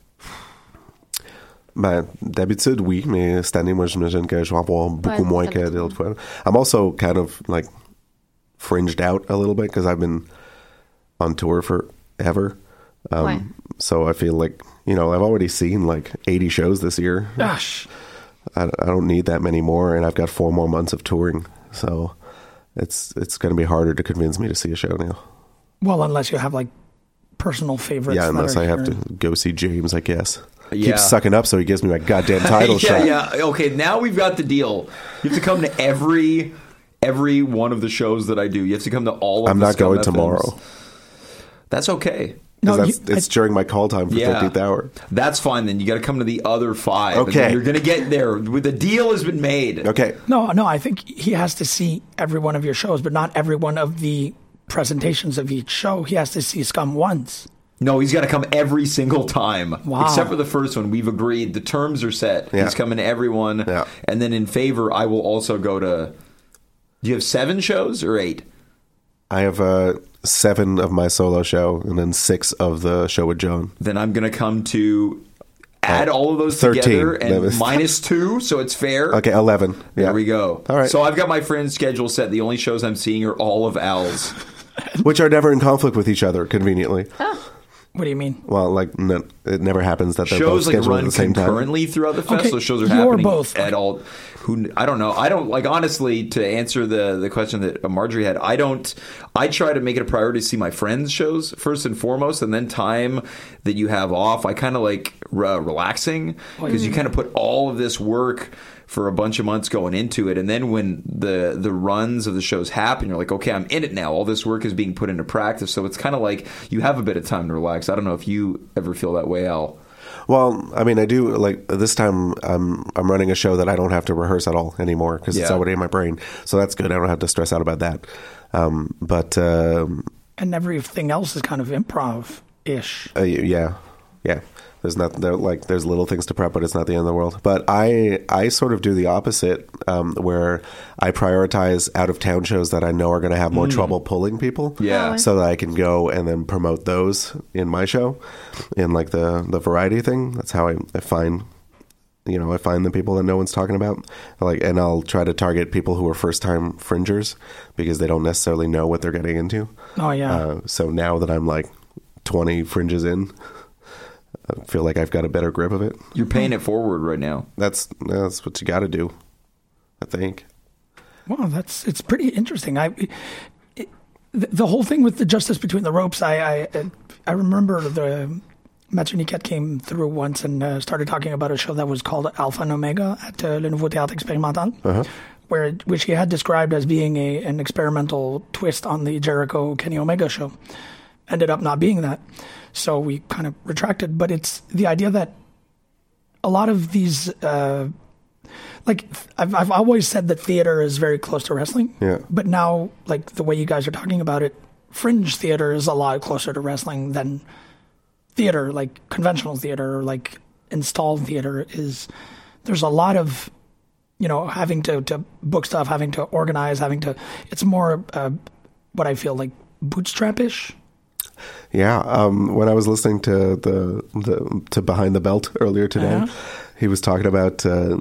S8: ben, d'habitude, oui, mais cette année, moi, j'imagine que je vais en voir beaucoup
S7: Ouais,
S8: moins
S7: ça
S8: que
S7: va être-
S8: d'autres fois. I'm also kind of like fringed out a little bit because I've been on tour forever. Um,
S5: Ouais.
S8: So I feel like, you know, I've already seen like 80 shows this year.
S5: Gosh.
S8: I, I don't need that many more, and I've got four more months of touring, so it's it's going to be harder to convince me to see a show now.
S5: Well, unless you have like personal favorites.
S8: yeah,
S5: that
S8: unless
S5: are
S8: I have
S5: here.
S8: to go see James, I guess.
S9: Yeah.
S8: Keep sucking up so he gives me my goddamn title
S9: yeah,
S8: shot.
S9: Yeah, okay. Now we've got the deal. You have to come to every every one of the shows that I do. You have to come to all. of
S8: I'm
S9: the
S8: not
S9: Scum
S8: going
S9: FMs.
S8: tomorrow.
S9: That's okay.
S8: 'Cause that's, it's during my call time for
S9: Yeah.
S8: 13th hour.
S9: That's fine. Then you got to come to the other five. and
S8: Okay.
S9: then you're gonna get there. The deal has been made.
S8: Okay.
S5: No, no, I think he has to see every one of your shows, but not every one of the presentations of each show. He has to see Scum once.
S9: No, he's got to come every single time.
S5: Wow.
S9: Except for the first one. We've agreed. The terms are set.
S8: Yeah.
S9: He's coming to everyone. And then in favor, I will also go to. Do you have seven shows or eight?
S8: I have uh, seven of my solo show, and then six of the show with Joan.
S9: Then I'm going to come to. Add all of those
S8: 13.
S9: together and
S8: That was-
S9: minus two, so it's fair.
S8: Okay, 11. Yeah.
S9: There we go.
S8: All right.
S9: So I've got my friend's schedule set. The only shows I'm seeing are all of Al's.
S8: Which are never in conflict with each other, conveniently.
S7: Ah!
S5: What do you mean?
S8: Well, like, no, it never happens that they're both
S9: shows like
S8: scheduled
S9: run
S8: at the same time.
S9: concurrently throughout the fest.
S5: Okay,
S9: so shows are
S5: you're
S9: happening
S5: both-
S9: at all. Who I don't know. I don't like honestly to answer the the question that Marjorie had. I don't. I try to make it a priority to see my friends' shows first and foremost, and then time that you have off. I kind of like re- relaxing
S5: Oh,
S9: because you kind of put all of this work for a bunch of months going into it and then when the the runs of the shows happen you're like okay I'm in it now all this work is being put into practice so it's kind of like you have a bit of time to relax I don't know if you ever feel that way Al
S8: Well, I mean, I do like this time. I'm I'm running a show that I don't have to rehearse at all anymore because it's
S9: Yeah.
S8: already in my brain, so that's good. I don't have to stress out about that. Um, but um,
S5: And everything else is kind of improv ish.
S8: uh, yeah, yeah. There's not there, like there's little things to prep, but it's not the end of the world. But I I sort of do the opposite, um, where I prioritize out of town shows that I know are going to have more
S9: Mm.
S8: trouble pulling people.
S9: Yeah. Oh, I-
S8: So that I can go and then promote those in my show, in like the the variety thing. That's how I, I find. You know, I find the people that no one's talking about, like, and I'll try to target people who are first-time fringers because they don't necessarily know what they're getting into.
S5: Oh, yeah.
S8: Uh, so now that I'm like 20 fringes in, I feel like I've got a better grip of it.
S9: You're paying it forward right now.
S8: That's that's what you got to do, I think.
S5: Wow, that's it's pretty interesting. I it, the, the whole thing with the justice between the ropes. I I, I remember the Matsuniket came through once and uh, started talking about a show that was called Alpha and Omega at uh, Le Nouveau Théâtre Expérimental,
S8: Uh-huh.
S5: where which he had described as being a an experimental twist on the Jericho Kenny Omega show. Ended up not being that, so we kind of retracted. But it's the idea that a lot of these. Uh, like I've, I've always said that theater is very close to wrestling
S8: Yeah.
S5: but now like the way you guys are talking about it fringe theater is a lot closer to wrestling than theater like conventional theater or like installed theater is there's a lot of you know having to, to book stuff having to organize having to it's more uh, what i feel like bootstrapish
S8: Yeah. Um, when I was listening to the, the to Behind the Belt earlier today,
S5: Uh-huh.
S8: he was talking about uh,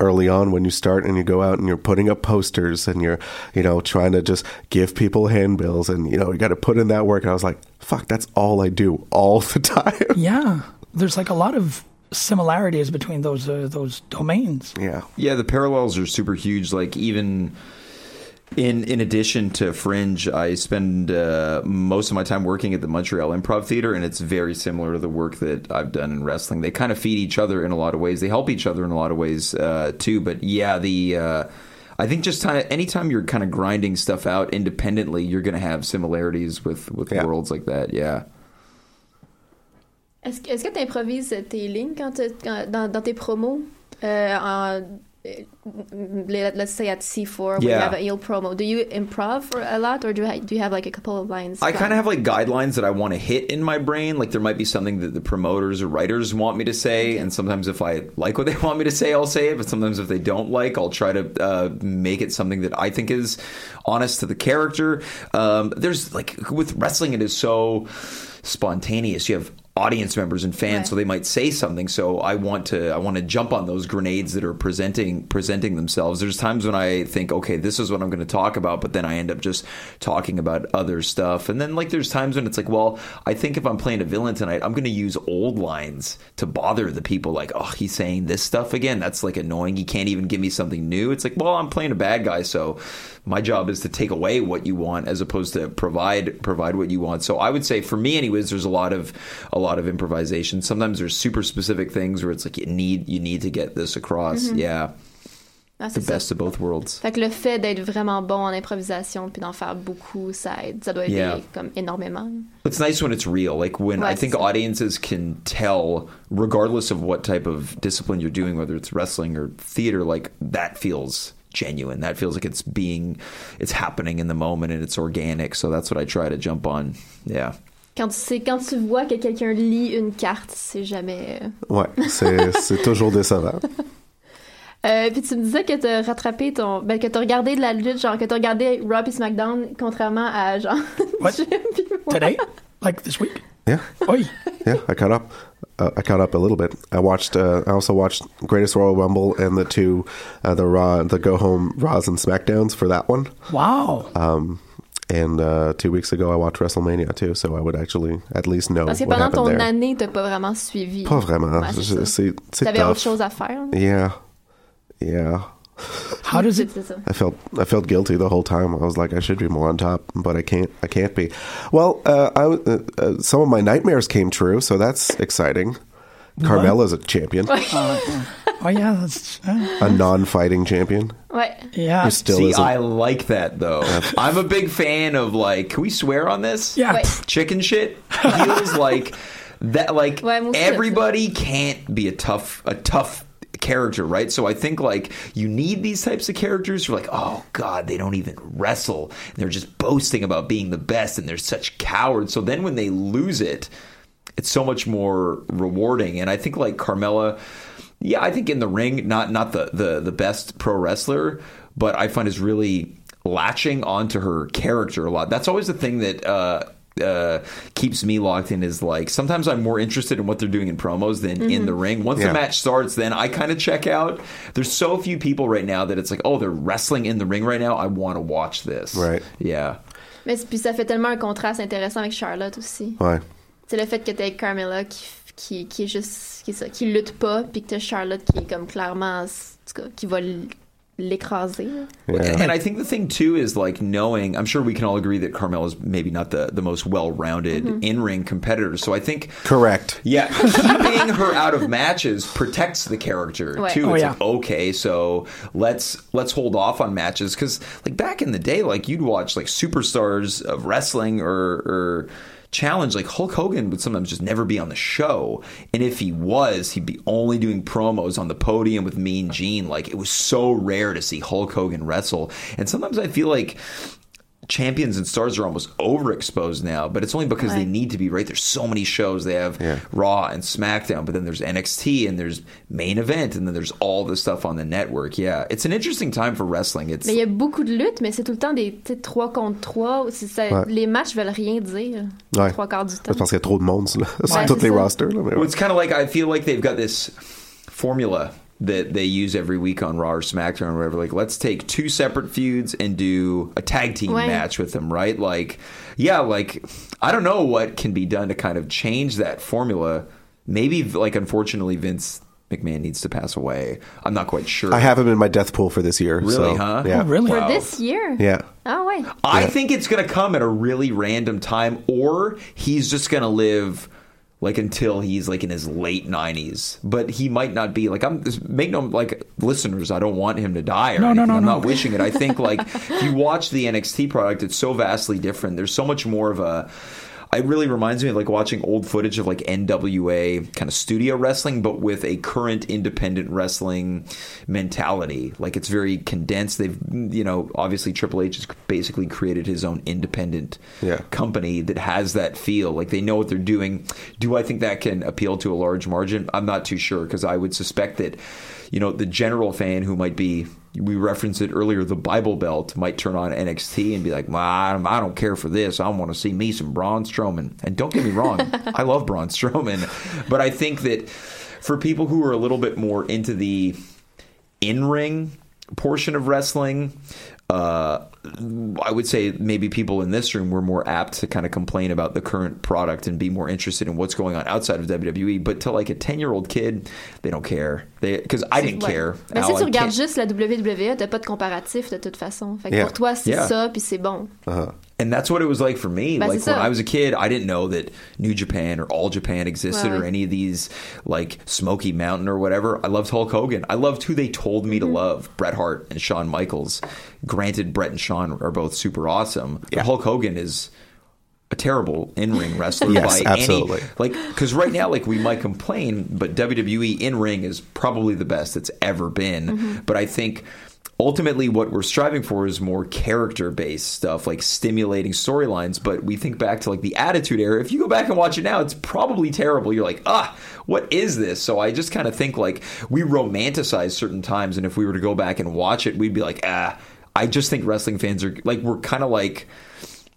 S8: early on when you start and you go out and you're putting up posters and you're you know trying to just give people handbills and you know you got to put in that work. And I was like, fuck, that's all I do all the time.
S5: yeah there's like a lot of similarities between those uh, those domains
S8: Yeah.
S9: Yeah, the parallels are super huge. Like even In in addition to Fringe, I spend uh, most of my time working at the Montreal Improv Theater, and it's very similar to the work that I've done in wrestling. They kind of feed each other in a lot of ways. They help each other in a lot of ways uh, too. But yeah, the uh, I think just kind of anytime you're kind of grinding stuff out independently, you're going to have similarities with with worlds like that. Yeah.
S7: Est-ce que- est-ce que tu improvises tes lignes quand t'es- quand- dans, dans tes promos? Euh, en, let- let's say at C4, we
S9: Yeah.
S7: have a heel promo. Do you improv a lot or do you, ha- do you have like a couple of lines?
S9: I kind of have like guidelines that I want to hit in my brain. Like there might be something that the promoters or writers want me to say, and sometimes if I like what they want me to say, I'll say it. But sometimes if they don't like, I'll try to uh, make it something that I think is honest to the character. Um, there's like with wrestling, it is so spontaneous. You have audience members and fans, so they might say something. So I want to I want to jump on those grenades that are presenting presenting themselves. There's times when I think, okay, this is what I'm going to talk about, but then I end up just talking about other stuff. And then like there's times when it's like, well, I think if I'm playing a villain tonight, I'm going to use old lines to bother the people. Like, oh, he's saying this stuff again. That's like annoying. He can't even give me something new. It's like, well, I'm playing a bad guy, so my job is to take away what you want as opposed to provide provide what you want. So I would say for me anyways there's a lot of a lot of improvisation. Sometimes there's super specific things where it's like you need you need to get this across.
S7: Mhm.
S9: Yeah.
S7: Ah,
S9: The
S7: c'est ça.
S9: best of both worlds.
S7: Fait que le fait d'être vraiment bon en improvisation puis d'en faire beaucoup, ça aide. Ça doit aider
S9: Yeah.
S7: comme énormément.
S9: It's nice when it's real. Like when
S7: Ouais,
S9: I think
S7: c'est ça.
S9: audiences can tell, regardless of what type of discipline you're doing, whether it's wrestling or theater, like that feels genuine. That feels like it's being, it's happening in the moment and it's organic. So that's what I try to jump on. Yeah.
S7: Quand tu, sais, quand tu vois que quelqu'un lit une carte, c'est jamais... euh,
S8: Ouais, c'est c'est toujours décevant.
S7: Euh, puis tu me disais que t'as rattrapé ton... Ben, que t'as regardé de la lutte, genre que t'as regardé Raw et SmackDown, contrairement à genre... Jim puis moi.
S5: Today? Like this week?
S8: Yeah.
S5: Oi.
S8: Yeah, I caught up. Uh, I caught up a little bit. I watched. Uh, I also watched Greatest Royal Rumble and the two, uh, the Raw, the Go Home Raws and Smackdowns for that one.
S5: Wow.
S8: Um, and uh, two weeks ago, I watched WrestleMania too, so I would actually at least know
S7: Parce que
S8: Ah, what
S7: pendant
S8: happened
S7: ton
S8: there.
S7: année, t'as pas vraiment suivi.
S8: Pas vraiment.
S7: Ouais, c'est
S8: Je-
S7: ça.
S8: c'est c'est
S7: T'avais autre
S8: tough.
S7: chose à faire.
S8: Yeah, yeah.
S5: How does it...
S7: C'est ça.
S8: I felt I felt guilty the whole time. I was like, I should be more on top, but I can't. I can't be. Well, uh, I, w- uh, uh, some of my nightmares came true, so that's exciting. Carmella's a champion,
S5: Oh, yeah. That's, uh,
S8: a non-fighting champion.
S7: Ouais.
S5: yeah.
S8: Who still
S9: See,
S8: isn't.
S9: I like that though. I'm a big fan of like, can we swear on this?
S5: Yeah.
S7: Ouais.
S9: Chicken shit feels like that. Like
S7: Ouais, moi aussi,
S9: everybody can't be a tough a tough character, right? So I think like you need these types of characters. You're like, oh god, they don't even wrestle. They're just boasting about being the best, and they're such cowards. So then when they lose it, it's so much more rewarding. And I think like Carmella, yeah, I think in the ring, not not the the the best pro wrestler, but I find is really latching onto her character a lot. That's always the thing that. Uh, uh, keeps me locked in is like sometimes I'm more interested in what they're doing in promos than in the ring. Once
S8: Yeah.
S9: the match starts, then I kind of check out. There's so few people right now that it's like, oh, they're wrestling in the ring right now. I want to watch this.
S8: Right.
S9: Yeah.
S7: Mais c'est- puis ça fait tellement un contraste intéressant avec Charlotte aussi.
S8: Ouais.
S7: C'est le fait que t'es Carmela qui, qui, qui est juste... Qui, est ça, qui lutte pas, puis que t'as Charlotte qui est comme clairement... En tout cas, qui va l- l'écraser. là.
S8: Yeah.
S9: And I think the thing too is like knowing. I'm sure we can all agree that Carmel is maybe not the the most well rounded in ring competitor. So I think.
S8: Correct.
S9: Yeah, keeping her out of matches protects the character
S7: Right.
S9: too.
S5: Oh,
S9: It's
S5: yeah.
S9: like okay, so let's let's hold off on matches because like back in the day, like you'd watch like superstars of wrestling or or challenge like Hulk Hogan would sometimes just never be on the show, and if he was, he'd be only doing promos on the podium with Mean Gene. Like it was so rare to see Hulk Hogan wrestle, and sometimes I feel like champions and stars are almost overexposed now, but it's only because they
S7: Right.
S9: need to be right. There's so many shows they have
S8: Yeah.
S9: Raw and SmackDown, but then there's NXT and there's main event, and then there's all this stuff on the network. Yeah, it's an interesting time for wrestling. It's
S7: Mais il y a beaucoup de luttes, mais c'est tout le temps des tu sais, trois contre trois. C'est ça-
S8: Ouais.
S7: Les matchs veulent rien dire.
S8: Ouais.
S7: Trois quarts du temps.
S8: C'est parce qu'il y a trop de monde sur, le- sur
S7: Ouais,
S8: tous
S7: c'est
S8: les
S7: ça.
S8: rosters. là, mais
S9: Well,
S8: ouais.
S9: it's kind of like I feel like they've got this formula that they use every week on Raw or SmackDown or whatever. Like, let's take two separate feuds and do a tag team
S7: Right.
S9: match with them, right? Like, yeah, like I don't know what can be done to kind of change that formula. Maybe, like, unfortunately, Vince McMahon needs to pass away. I'm not quite sure.
S8: I have him in my death pool for this year.
S9: Really,
S8: so,
S9: huh?
S8: Yeah.
S9: Oh, really?
S7: For
S9: Wow.
S7: this year?
S8: Yeah.
S7: Ah ouais.
S9: I think it's going to come at a really random time, or he's just going to live like until he's like in his late 90s. But he might not be like I'm. Make no like listeners. I don't want him to die. Or
S5: No, no,
S9: anything.
S5: no,
S9: I'm
S5: no.
S9: not wishing it. I think like if you watch the NXT product, it's so vastly different. There's so much more of a. It really reminds me of like watching old footage of like NWA kind of studio wrestling, but with a current independent wrestling mentality. Like it's very condensed. They've, you know, obviously Triple H has basically created his own independent
S8: Yeah.
S9: company that has that feel. Like they know what they're doing. Do I think that can appeal to a large margin? I'm not too sure because I would suspect that, you know, the general fan who might be, we referenced it earlier, the Bible Belt might turn on NXT and be like, well, I I don't care for this. I want to see me some Braun Strowman. And don't get me wrong, I love Braun Strowman. But I think that for people who are a little bit more into the in ring portion of wrestling. Uh, I would say maybe people in this room were more apt to kind of complain about the current product and be more interested in what's going on outside of WWE. But to like a 10 year old kid, they don't care. They Because I didn't
S7: Ouais.
S9: care.
S7: Ben,
S9: Al,
S7: si
S9: I
S7: tu regardes
S9: can't-
S7: juste la WWE, t'as pas de comparatif de toute façon. Fait que
S9: Yeah.
S7: pour toi, c'est
S9: Yeah.
S7: ça, puis c'est bon.
S9: And that's what it was like for me.
S7: Ben,
S9: like
S7: c'est
S9: when
S7: ça.
S9: I was a kid, I didn't know that New Japan or All Japan existed
S7: Ouais,
S9: or
S7: ouais.
S9: any of these like Smoky Mountain or whatever. I loved Hulk Hogan. I loved who they told me to love Bret Hart and Shawn Michaels. Granted, Bret and Shawn are both super awesome. but Hulk Hogan is a terrible in-ring wrestler
S8: Yes,
S9: by
S8: absolutely.
S9: any like because right now like we might complain but wwe in-ring is probably the best it's ever been
S8: Mm-hmm.
S9: but i think ultimately what we're striving for is more character-based stuff like stimulating storylines but we think back to like the attitude era if you go back and watch it now it's probably terrible you're like ah what is this so i just kind of think like we romanticize certain times and if we were to go back and watch it we'd be like ah i just think wrestling fans are like we're kind of like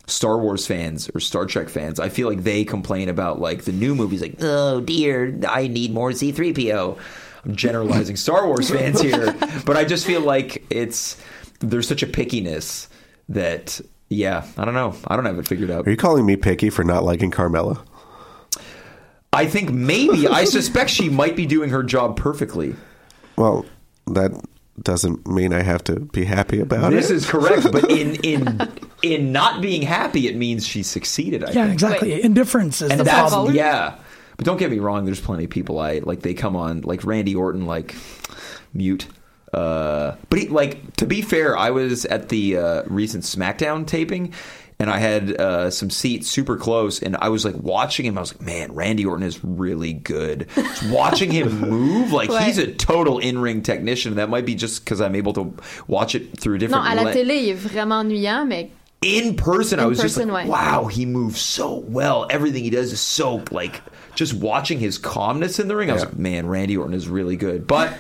S9: Star Wars fans or Star Trek fans, I feel like they complain about like the new movies, like oh dear, I need more C three PO. I'm generalizing Star Wars fans here, but I just feel like it's there's such a pickiness that yeah, I don't know, I don't have it figured out.
S8: Are you calling me picky for not liking Carmella?
S9: I think maybe I suspect she might be doing her job perfectly.
S8: Well, that doesn't mean I have to be happy about
S9: This
S8: it.
S9: is correct, but in in in not being happy, it means she succeeded. I
S5: Yeah,
S9: think.
S5: exactly.
S7: Wait.
S5: Indifference is
S9: and
S5: the
S9: that's
S5: problem.
S9: yeah. But don't get me wrong. There's plenty of people I like. They come on like Randy Orton, like mute. Uh, but he, like to be fair, I was at the uh, recent SmackDown taping, and I had uh, some seats super close, and I was like watching him. I was like, man, Randy Orton is really good. Just watching him move, like
S7: Ouais.
S9: he's a total in-ring technician. That might be just because I'm able to watch it through a
S7: Non,
S9: different.
S7: à la
S9: len-
S7: télé, il est vraiment ennuyant, mais
S9: in person, I
S7: In
S9: was just
S7: person,
S9: like,
S7: ouais.
S9: wow, he moves so well. Everything he does is so like just watching his calmness in the ring. I was like, man, Randy Orton is really good, but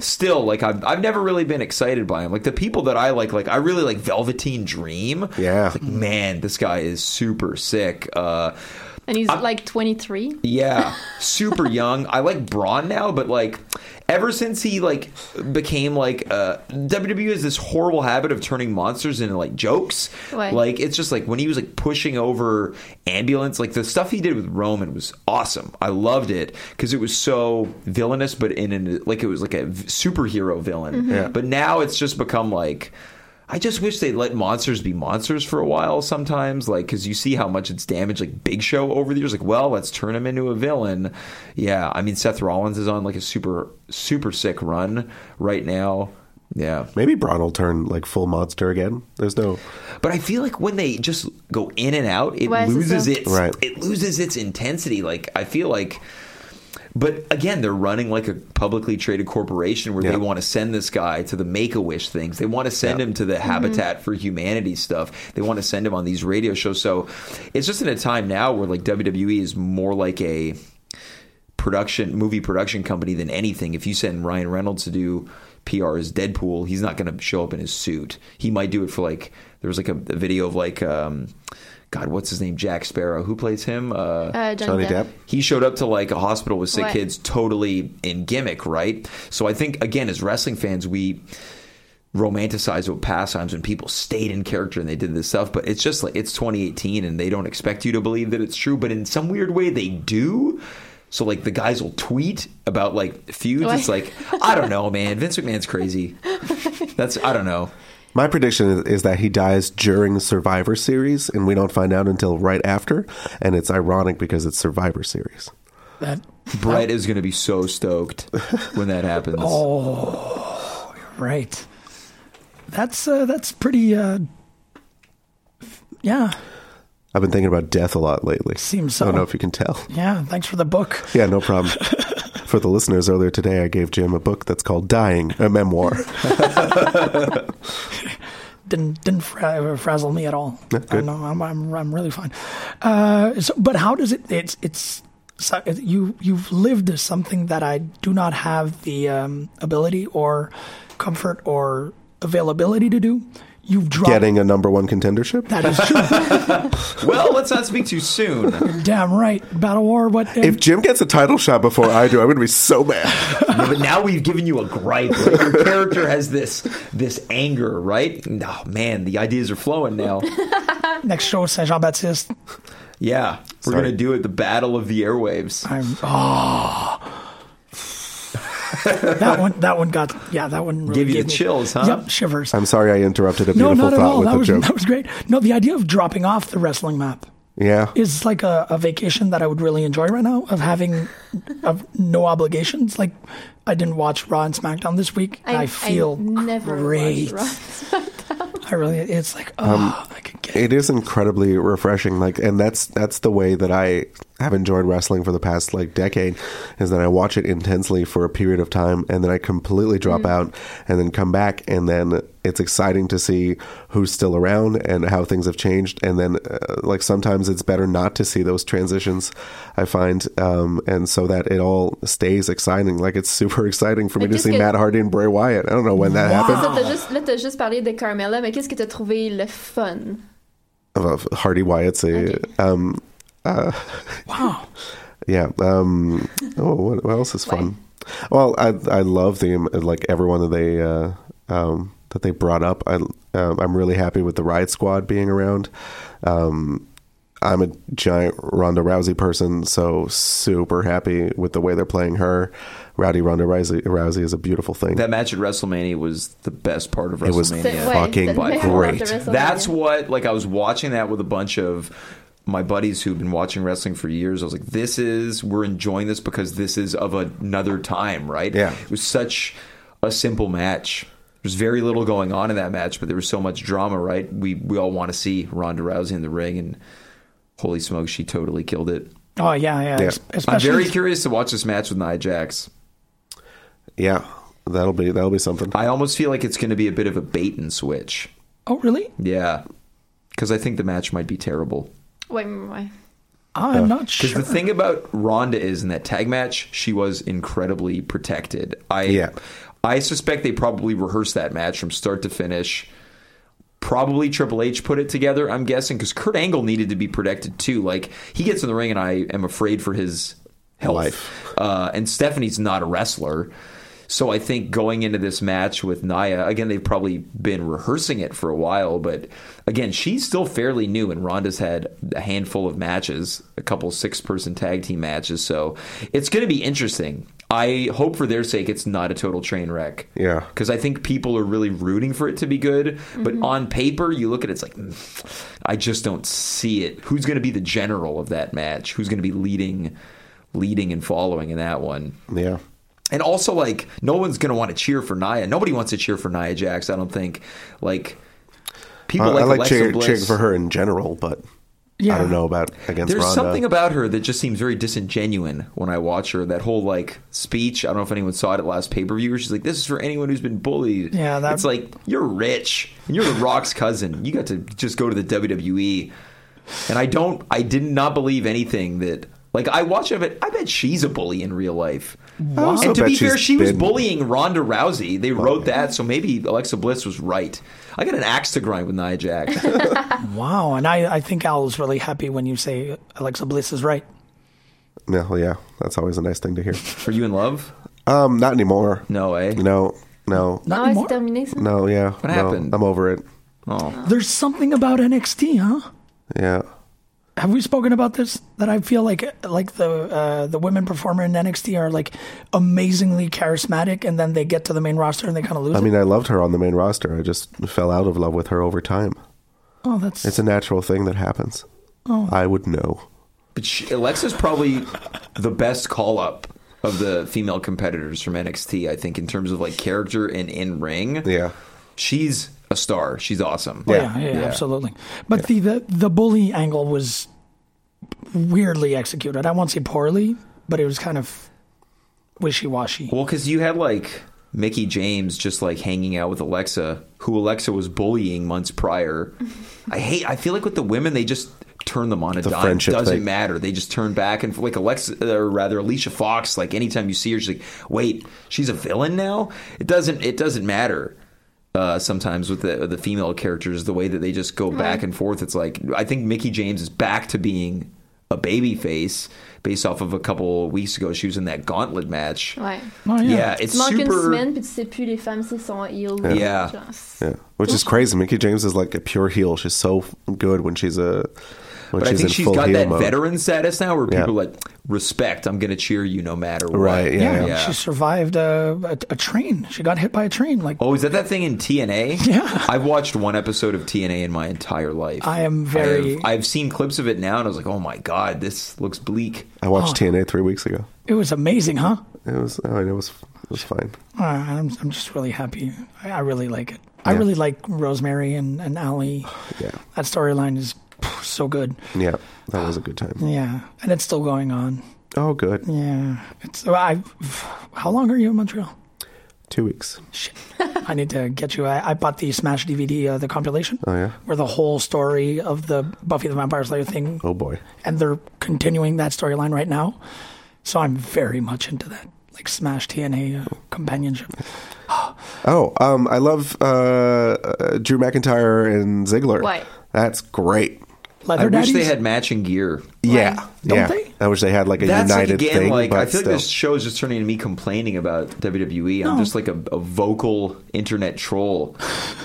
S9: still, like I've I've never really been excited by him. Like the people that I like, like I really like Velveteen Dream.
S8: Yeah.
S9: It's like, man, this guy is super sick. Uh,
S7: and he's like 23.
S9: yeah, super young. I like Braun now, but like ever since he like became like uh, WWE has this horrible habit of turning monsters into like jokes.
S7: Ouais.
S9: Like it's just like when he was like pushing over ambulance, like the stuff he did with Roman was awesome. I loved it because it was so villainous, but in an like it was like a v- superhero villain. But now it's just become like. I just wish they let monsters be monsters for a while sometimes, like because you see how much it's damaged, like Big Show over the years. Like, well, let's turn him into a villain. Yeah, I mean Seth Rollins is on like a super super sick run right now. Yeah,
S8: Maybe Braun will turn like full monster again. There's no.
S9: but I feel like when they just go in and out, it
S7: Ouais, c'est
S9: loses
S7: ça.
S9: its
S8: Right.
S9: it loses its intensity. Like I feel like, but again, they're running like a publicly traded corporation where
S8: Yeah.
S9: they want to send this guy to the Make a Wish things. They want to send
S8: Yeah.
S9: him to the Habitat for Humanity stuff. They want to send him on these radio shows. So it's just in a time now where like WWE is more like a production movie production company than anything. If you send Ryan Reynolds to do PR as Deadpool, he's not going to show up in his suit. He might do it for like there was like a, a video of like um, God, what's his name? Jack Sparrow. Who plays him? Uh,
S7: Euh, Johnny,
S8: Johnny
S7: Depp.
S8: Depp.
S9: he showed up to like a hospital with sick
S7: Ouais.
S9: kids, totally in gimmick, right? So I think again, as wrestling fans, we romanticize what past times when people stayed in character and they did this stuff, but it's just like it's 2018 and they don't expect you to believe that it's true, but in some weird way they do. So like the guys will tweet about like feuds.
S7: Ouais.
S9: It's like I don't know, man. Vince McMahon's crazy. That's I don't know.
S8: My prediction is, is that he dies during Survivor Series, and we don't find out until right after. And it's ironic because it's Survivor Series.
S5: That,
S9: Brett is going to be so stoked when that happens.
S5: oh, right. That's uh, that's pretty. Uh, yeah,
S8: I've been thinking about death a lot lately.
S5: Seems
S8: I don't
S5: so.
S8: know if you can tell.
S5: yeah. Thanks for the book.
S8: Yeah, no problem. For the listeners, earlier today I gave Jim a book that's called Dying, a memoir.
S5: Didn't didn't fra- frazzle me at all.
S8: Yeah,
S5: I
S8: good.
S5: know I'm, I'm I'm really fine. Uh, so, but how does it? It's it's so- you you've lived something that I do not have the um, ability or comfort or availability to do. You've dropped.
S8: Getting a number one contendership?
S5: That is true.
S9: Well, let's not speak too soon.
S5: Damn right. Battle War. What? uh,
S8: If Jim gets a title shot before I do, I'm going to be so mad.
S9: No, but now we've given you a gripe. Like, your character has this this anger, right? And, Oh man, the ideas are flowing now.
S5: next show Saint Jean Baptiste.
S9: Yeah, we're
S8: Sorry.
S9: gonna do it. The battle of the airwaves.
S5: I'm oh. that one that one got yeah, that one really
S9: Gave you
S5: gave
S9: the
S5: me-
S9: chills, huh?
S5: Yep, shivers.
S8: I'm sorry I interrupted a
S5: no,
S8: beautiful
S5: not at
S8: thought
S5: all.
S8: with
S5: That
S8: a
S5: was
S8: joke.
S5: that was great. No, the idea of dropping off the wrestling map
S8: yeah.
S5: is like a, a vacation that I would really enjoy right now of having of no obligations. Like I didn't watch Raw and SmackDown this week. and I, feel
S7: never watched
S5: great.
S7: Raw.
S5: I really it's like oh
S9: Um,
S5: I could get
S8: it is incredibly refreshing like and that's that's the way that i have enjoyed wrestling for the past like decade is that i watch it intensely for a period of time and then i completely drop out and then come back and then it's exciting to see who's still around and how things have changed and then uh, like sometimes it's better not to see those transitions i find um, and so that it all stays exciting like it's super exciting for me
S7: Mais
S8: to
S7: qu'est-ce
S8: see
S7: que-
S8: matt hardy and bray wyatt i don't know when that happened
S7: Ça, t'as juste, là, t'as juste parlé de Carmella, mais qu'est-ce que t'as trouvé le fun?
S8: of of Hardy Wyatt. Say, um, uh,
S5: wow.
S8: yeah. Um, oh, what, what else is fun? Well, I I love the um, like everyone that they uh, um, that they brought up. I um, I'm really happy with the Riot Squad being around. Um, I'm a giant Ronda Rousey person, so super happy with the way they're playing her. Rowdy Ronda Rousey, Rousey is a beautiful thing.
S9: That match at WrestleMania was the best part of WrestleMania.
S8: It was
S7: C'est- ouais,
S8: fucking
S7: c'est le meilleur
S8: great.
S7: de WrestleMania.
S9: That's what like I was watching that with a bunch of my buddies who've been watching wrestling for years. I was like, this is we're enjoying this because this is of another time, right?
S8: Yeah.
S9: It was such a simple match. There's very little going on in that match, but there was so much drama, right? We we all want to see Ronda Rousey in the ring and holy smoke, she totally killed it.
S5: Oh yeah, yeah.
S8: Yeah.
S5: es-
S9: I'm
S5: Especially
S9: very curious to watch this match with Nia Jax.
S8: yeah, that'll be that'll be something.
S9: I almost feel like it's going to be a bit of a bait and switch.
S5: Oh really?
S9: Yeah. Because I think the match might be terrible.
S7: Ouais, ouais.
S5: I'm not sure.
S9: Because the thing about Ronda is in that tag match, she was incredibly protected. I
S8: Yeah.
S9: I suspect they probably rehearsed that match from start to finish. Probably Triple H put it together, I'm guessing, because Kurt Angle needed to be protected too. Like he gets in the ring, and I am afraid for his health.
S8: Life.
S9: Uh, and Stephanie's not a wrestler, so I think going into this match with Naya again, they've probably been rehearsing it for a while. But again, she's still fairly new, and Ronda's had a handful of matches, a couple six-person tag team matches. So it's going to be interesting. I hope for their sake it's not a total train wreck.
S8: Yeah.
S9: Because I think people are really rooting for it to be good. But on paper, you look at it, it's like, "Mm, I just don't see it. Who's going to be the general of that match? Who's going to be leading, leading and following in that one?
S8: Yeah.
S9: And also, like, no one's going to want to cheer for Nia. Nobody wants to cheer for Nia Jax, I don't think. Like, people
S8: I-
S9: like,
S8: Uh, I like
S9: Alexa
S8: cheer,
S9: Bliss.
S8: cheering for her in general, but
S5: Yeah.
S8: I don't know about against
S9: There's
S8: Ronda.
S9: something about her that just seems very disingenuine when I watch her. That whole like speech. I don't know if anyone saw it at last pay per view. She's like, "This is for anyone who's been bullied."
S5: Yeah, that-
S9: that's it's like you're rich and you're The Rock's cousin. You got to just go to the WWE. And I don't. I did not believe anything that. Like I watch it, but I bet she's a bully in real life.
S8: I also
S9: And to
S8: bet
S9: be
S8: she's
S9: fair, she was
S8: been-
S9: bullying Ronda Rousey. They wrote that, so maybe Alexa Bliss was right. I got an axe to grind with Nia Jax.
S5: Wow, and I, I think Al's really happy when you say Alexa Bliss is right.
S8: Yeah, well, yeah, that's always a nice thing to hear.
S9: Are you in love?
S8: Um, not anymore.
S9: No eh? way.
S8: No, no,
S5: Not
S7: Ah ouais,
S5: anymore.
S7: c'est terminé, ça?
S8: no. Yeah, what no,
S9: happened?
S8: I'm over it.
S9: Oh.
S5: There's something about NXT, huh?
S8: Yeah,
S5: have we spoken about this? That I feel like like the uh, the women performer in NXT are like amazingly charismatic, and then they get to the main roster and they kind of lose.
S8: I mean,
S5: it?
S8: I loved her on the main roster. I just fell out of love with her over time.
S5: oh, that's
S8: It's a natural thing that happens.
S5: Oh.
S8: I would know.
S9: But she, Alexa's probably the best call up of the female competitors from NXT. I think in terms of like character and in ring.
S8: Yeah,
S9: she's a star. She's awesome.
S5: Oh, yeah, yeah, yeah, absolutely. But the, the the bully angle was weirdly executed. I won't say poorly, but it was kind of wishy washy.
S9: Well, because you had like Mickey James just like hanging out with Alexa, who Alexa was bullying months prior. I hate. I feel like with the women, they just turn them on a
S8: The
S9: dime.
S8: friendship
S9: Doesn't
S8: thing.
S9: matter. They just turn back and like Alexa, or rather Alicia Fox. Like anytime you see her, she's like, "Wait, she's a villain now." It doesn't. It doesn't matter. Uh, sometimes with the the female characters, the way that they just go back and forth, it's like I think Mickey James is back to being a baby face based off of a couple weeks ago. She was in that gauntlet match.
S7: Ouais.
S5: Oh,
S9: Yeah,
S5: yeah.
S9: it's
S7: tu manques
S9: super.
S7: une semaine, puis tu sais plus, les femmes, c'est son heel.
S8: Yeah.
S9: Yeah.
S7: Genre,
S8: Yeah, which is crazy. Mickey James is like a pure heel. She's so f- good when she's a when
S9: But I
S8: she's
S9: think
S8: in
S9: she's
S8: full
S9: got
S8: heel
S9: that
S8: mode.
S9: veteran status now where
S8: Yeah.
S9: people are like respect. I'm going to cheer you no matter what.
S8: Right, yeah,
S5: Yeah,
S8: yeah.
S5: she survived a, a, a train. She got hit by a train. Like
S9: Oh, is that that thing in TNA?
S5: Yeah.
S9: I've watched one episode of TNA in my entire life.
S5: I am very-
S9: I've, I've seen clips of it now, and I was like, oh my god, this looks bleak.
S8: I
S5: Oh.
S8: watched TNA three weeks ago.
S5: it was amazing, huh?
S8: It was. I mean, it was. It was fine.
S5: Uh, I'm I'm just really happy. I, I really like it. I really like Rosemary and and Ally.
S8: Yeah,
S5: That storyline is phew, so good.
S8: yeah. That was a good time.
S5: Yeah, and it's still going on.
S8: Oh, good.
S5: Yeah, it's. I. How long are you in Montreal?
S8: Two weeks.
S5: Shit. I need to get you. I, I bought the Smash DVD, uh, the compilation,
S8: Oh yeah.
S5: where the whole story of the Buffy the Vampire Slayer thing,
S8: Oh boy.
S5: and they're continuing that storyline right now. So I'm very much into that, like Smash TNA uh, companionship.
S8: Oh, um, I love uh, uh, Drew McIntyre and Ziggler.
S7: Right.
S8: That's great.
S5: Leather
S9: I wish
S5: daddies.
S9: they had matching gear.
S8: Yeah.
S5: Don't
S8: yeah.
S5: they?
S8: I wish they had like a
S9: That's like,
S8: united
S9: again
S8: thing.
S9: like
S8: but
S9: I feel
S8: still.
S9: like this show is just turning into me complaining about WWE. I'm just like a, a vocal internet troll.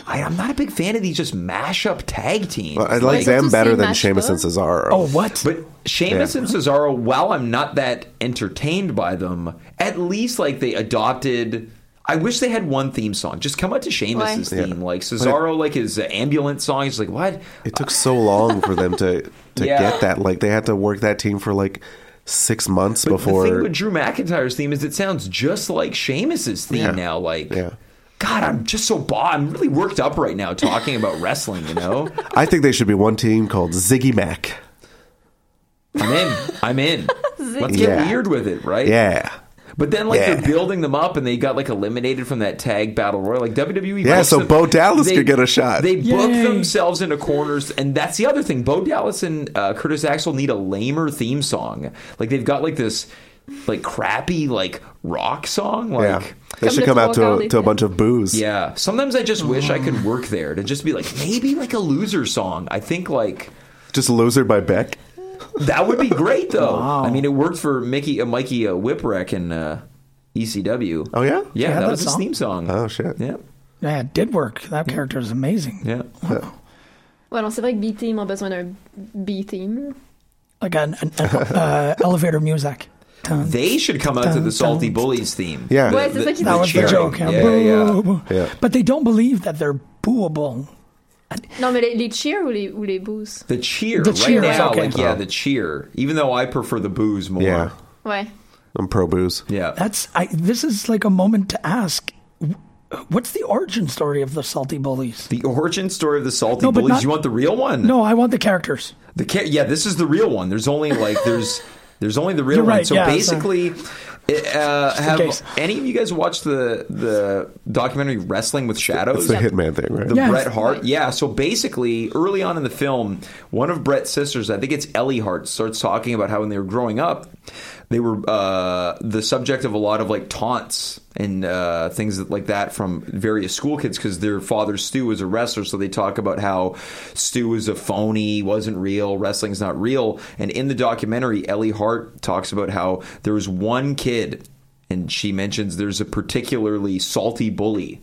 S9: I, I'm not a big fan of these just mashup tag teams.
S8: I like,
S7: Like,
S8: them
S7: to
S8: better
S7: see
S8: than
S7: match
S8: Sheamus
S7: up.
S8: and Cesaro.
S5: oh, what?
S9: But Sheamus and Cesaro, while I'm not that entertained by them, at least like they adopted. I wish they had one theme song. Just come out to Sheamus's
S8: Why? Yeah.
S9: theme, like Cesaro, like his ambulance song. He's like, what?
S8: It took so long for them to to
S9: Yeah.
S8: get that. Like they had to work that team for like six months
S9: The thing
S8: before.
S9: with Drew McIntyre's theme is it sounds just like Sheamus's theme
S8: Yeah.
S9: now. Like,
S8: Yeah.
S9: God, I'm just so bo I'm really worked up right now talking about wrestling. You know,
S8: I think they should be one team called Ziggy Mac.
S9: I'm in. I'm in. Let's get
S8: Yeah.
S9: weird with it, right?
S8: Yeah.
S9: But then, like
S8: Yeah.
S9: they're building them up, and they got like eliminated from that tag battle royal. Like WWE,
S8: Yeah,
S9: books
S8: so
S9: them-
S8: Bo Dallas could get a shot.
S9: They book
S5: Yay.
S9: themselves into corners, and that's the other thing. Bo Dallas and uh, Curtis Axel need a lamer theme song. Like they've got like this, like crappy like rock song.
S8: Yeah.
S9: Like
S8: They
S7: Come
S8: should
S7: to
S8: come out to a,
S7: Toronto,
S8: to a
S7: they
S8: bunch of booze.
S9: yeah. Sometimes I just wish I could work there to just be like maybe like a loser song. I think like
S8: Just Loser by Beck.
S9: that would be great though. I mean, it worked for Mickey, uh, Mikey uh, Whipwreck and uh, ECW.
S8: Oh, yeah?
S9: yeah,
S5: Yeah,
S9: that
S5: that
S9: was his
S5: song.
S9: theme song.
S8: Oh, shit.
S9: Yeah,
S5: yeah, it did work. That character is amazing.
S9: yeah.
S7: Ouais, non, c'est vrai que B-Team a besoin d'un B-Team.
S5: Like an, an, an uh, elevator music. Dun.
S9: They should come out to
S5: Dun,
S9: the Salty
S5: dun.
S9: Bullies theme.
S8: Yeah.
S7: Ouais, c'est ça qui
S5: that was the
S9: cheering.
S5: joke. Yeah,
S9: Yeah,
S5: boo,
S9: yeah.
S5: boo.
S8: Yeah.
S5: But they don't believe that they're booable.
S7: Non, mais les, les cheers ou les, ou les boos?
S9: The cheer
S5: The
S9: right
S5: cheer is
S9: now,
S5: okay.
S9: like yeah,
S8: Oh.
S9: the cheer. Even though I prefer the booze more.
S8: Yeah.
S7: Ouais.
S8: I'm pro booze.
S9: Yeah.
S5: That's I. This is like a moment to ask, wh- what's the origin story of the salty bullies?
S9: the origin story of the salty
S5: No, but
S9: bullies.
S5: not-
S9: you want the real one?
S5: No, I want the characters.
S9: The ca- yeah, this is the real one. There's only like there's there's only the real
S5: You're
S9: one.
S5: right,
S9: so
S5: yeah, so-
S9: basically, it, uh, have
S5: case.
S9: any of you guys watched the the documentary Wrestling with Shadows?
S8: It's the Hitman thing, right?
S9: The
S5: Yes.
S9: Bret Hart. Yeah. So basically, early on in the film, one of Bret's sisters, I think it's Ellie Hart, starts talking about how when they were growing up, they were uh, the subject of a lot of like taunts and uh, things that- like that from various school kids because their father Stu was a wrestler. So they talk about how Stu was a phony, wasn't real, wrestling's not real. And in the documentary, Ellie Hart talks about how there was one kid. And she mentions there's a particularly salty bully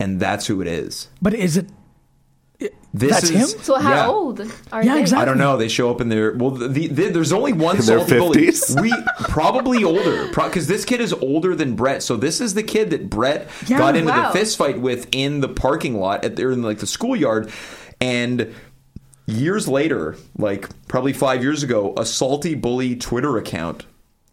S9: and that's who it is.
S5: But is it
S9: This
S5: That's
S9: is
S5: him?
S7: So how
S9: yeah.
S7: old are
S5: Yeah,
S7: they?
S5: exactly.
S9: I don't know. They show up in their well. The, the, there's only one
S8: In their
S9: salty bully.
S8: 50s?
S9: We probably older because this kid is older than Brett. So this is the kid that Brett
S5: Yeah.
S9: got into
S7: Wow.
S9: the fist fight with in the parking lot at they're in like the schoolyard, and years later, like probably five years ago, a salty bully Twitter account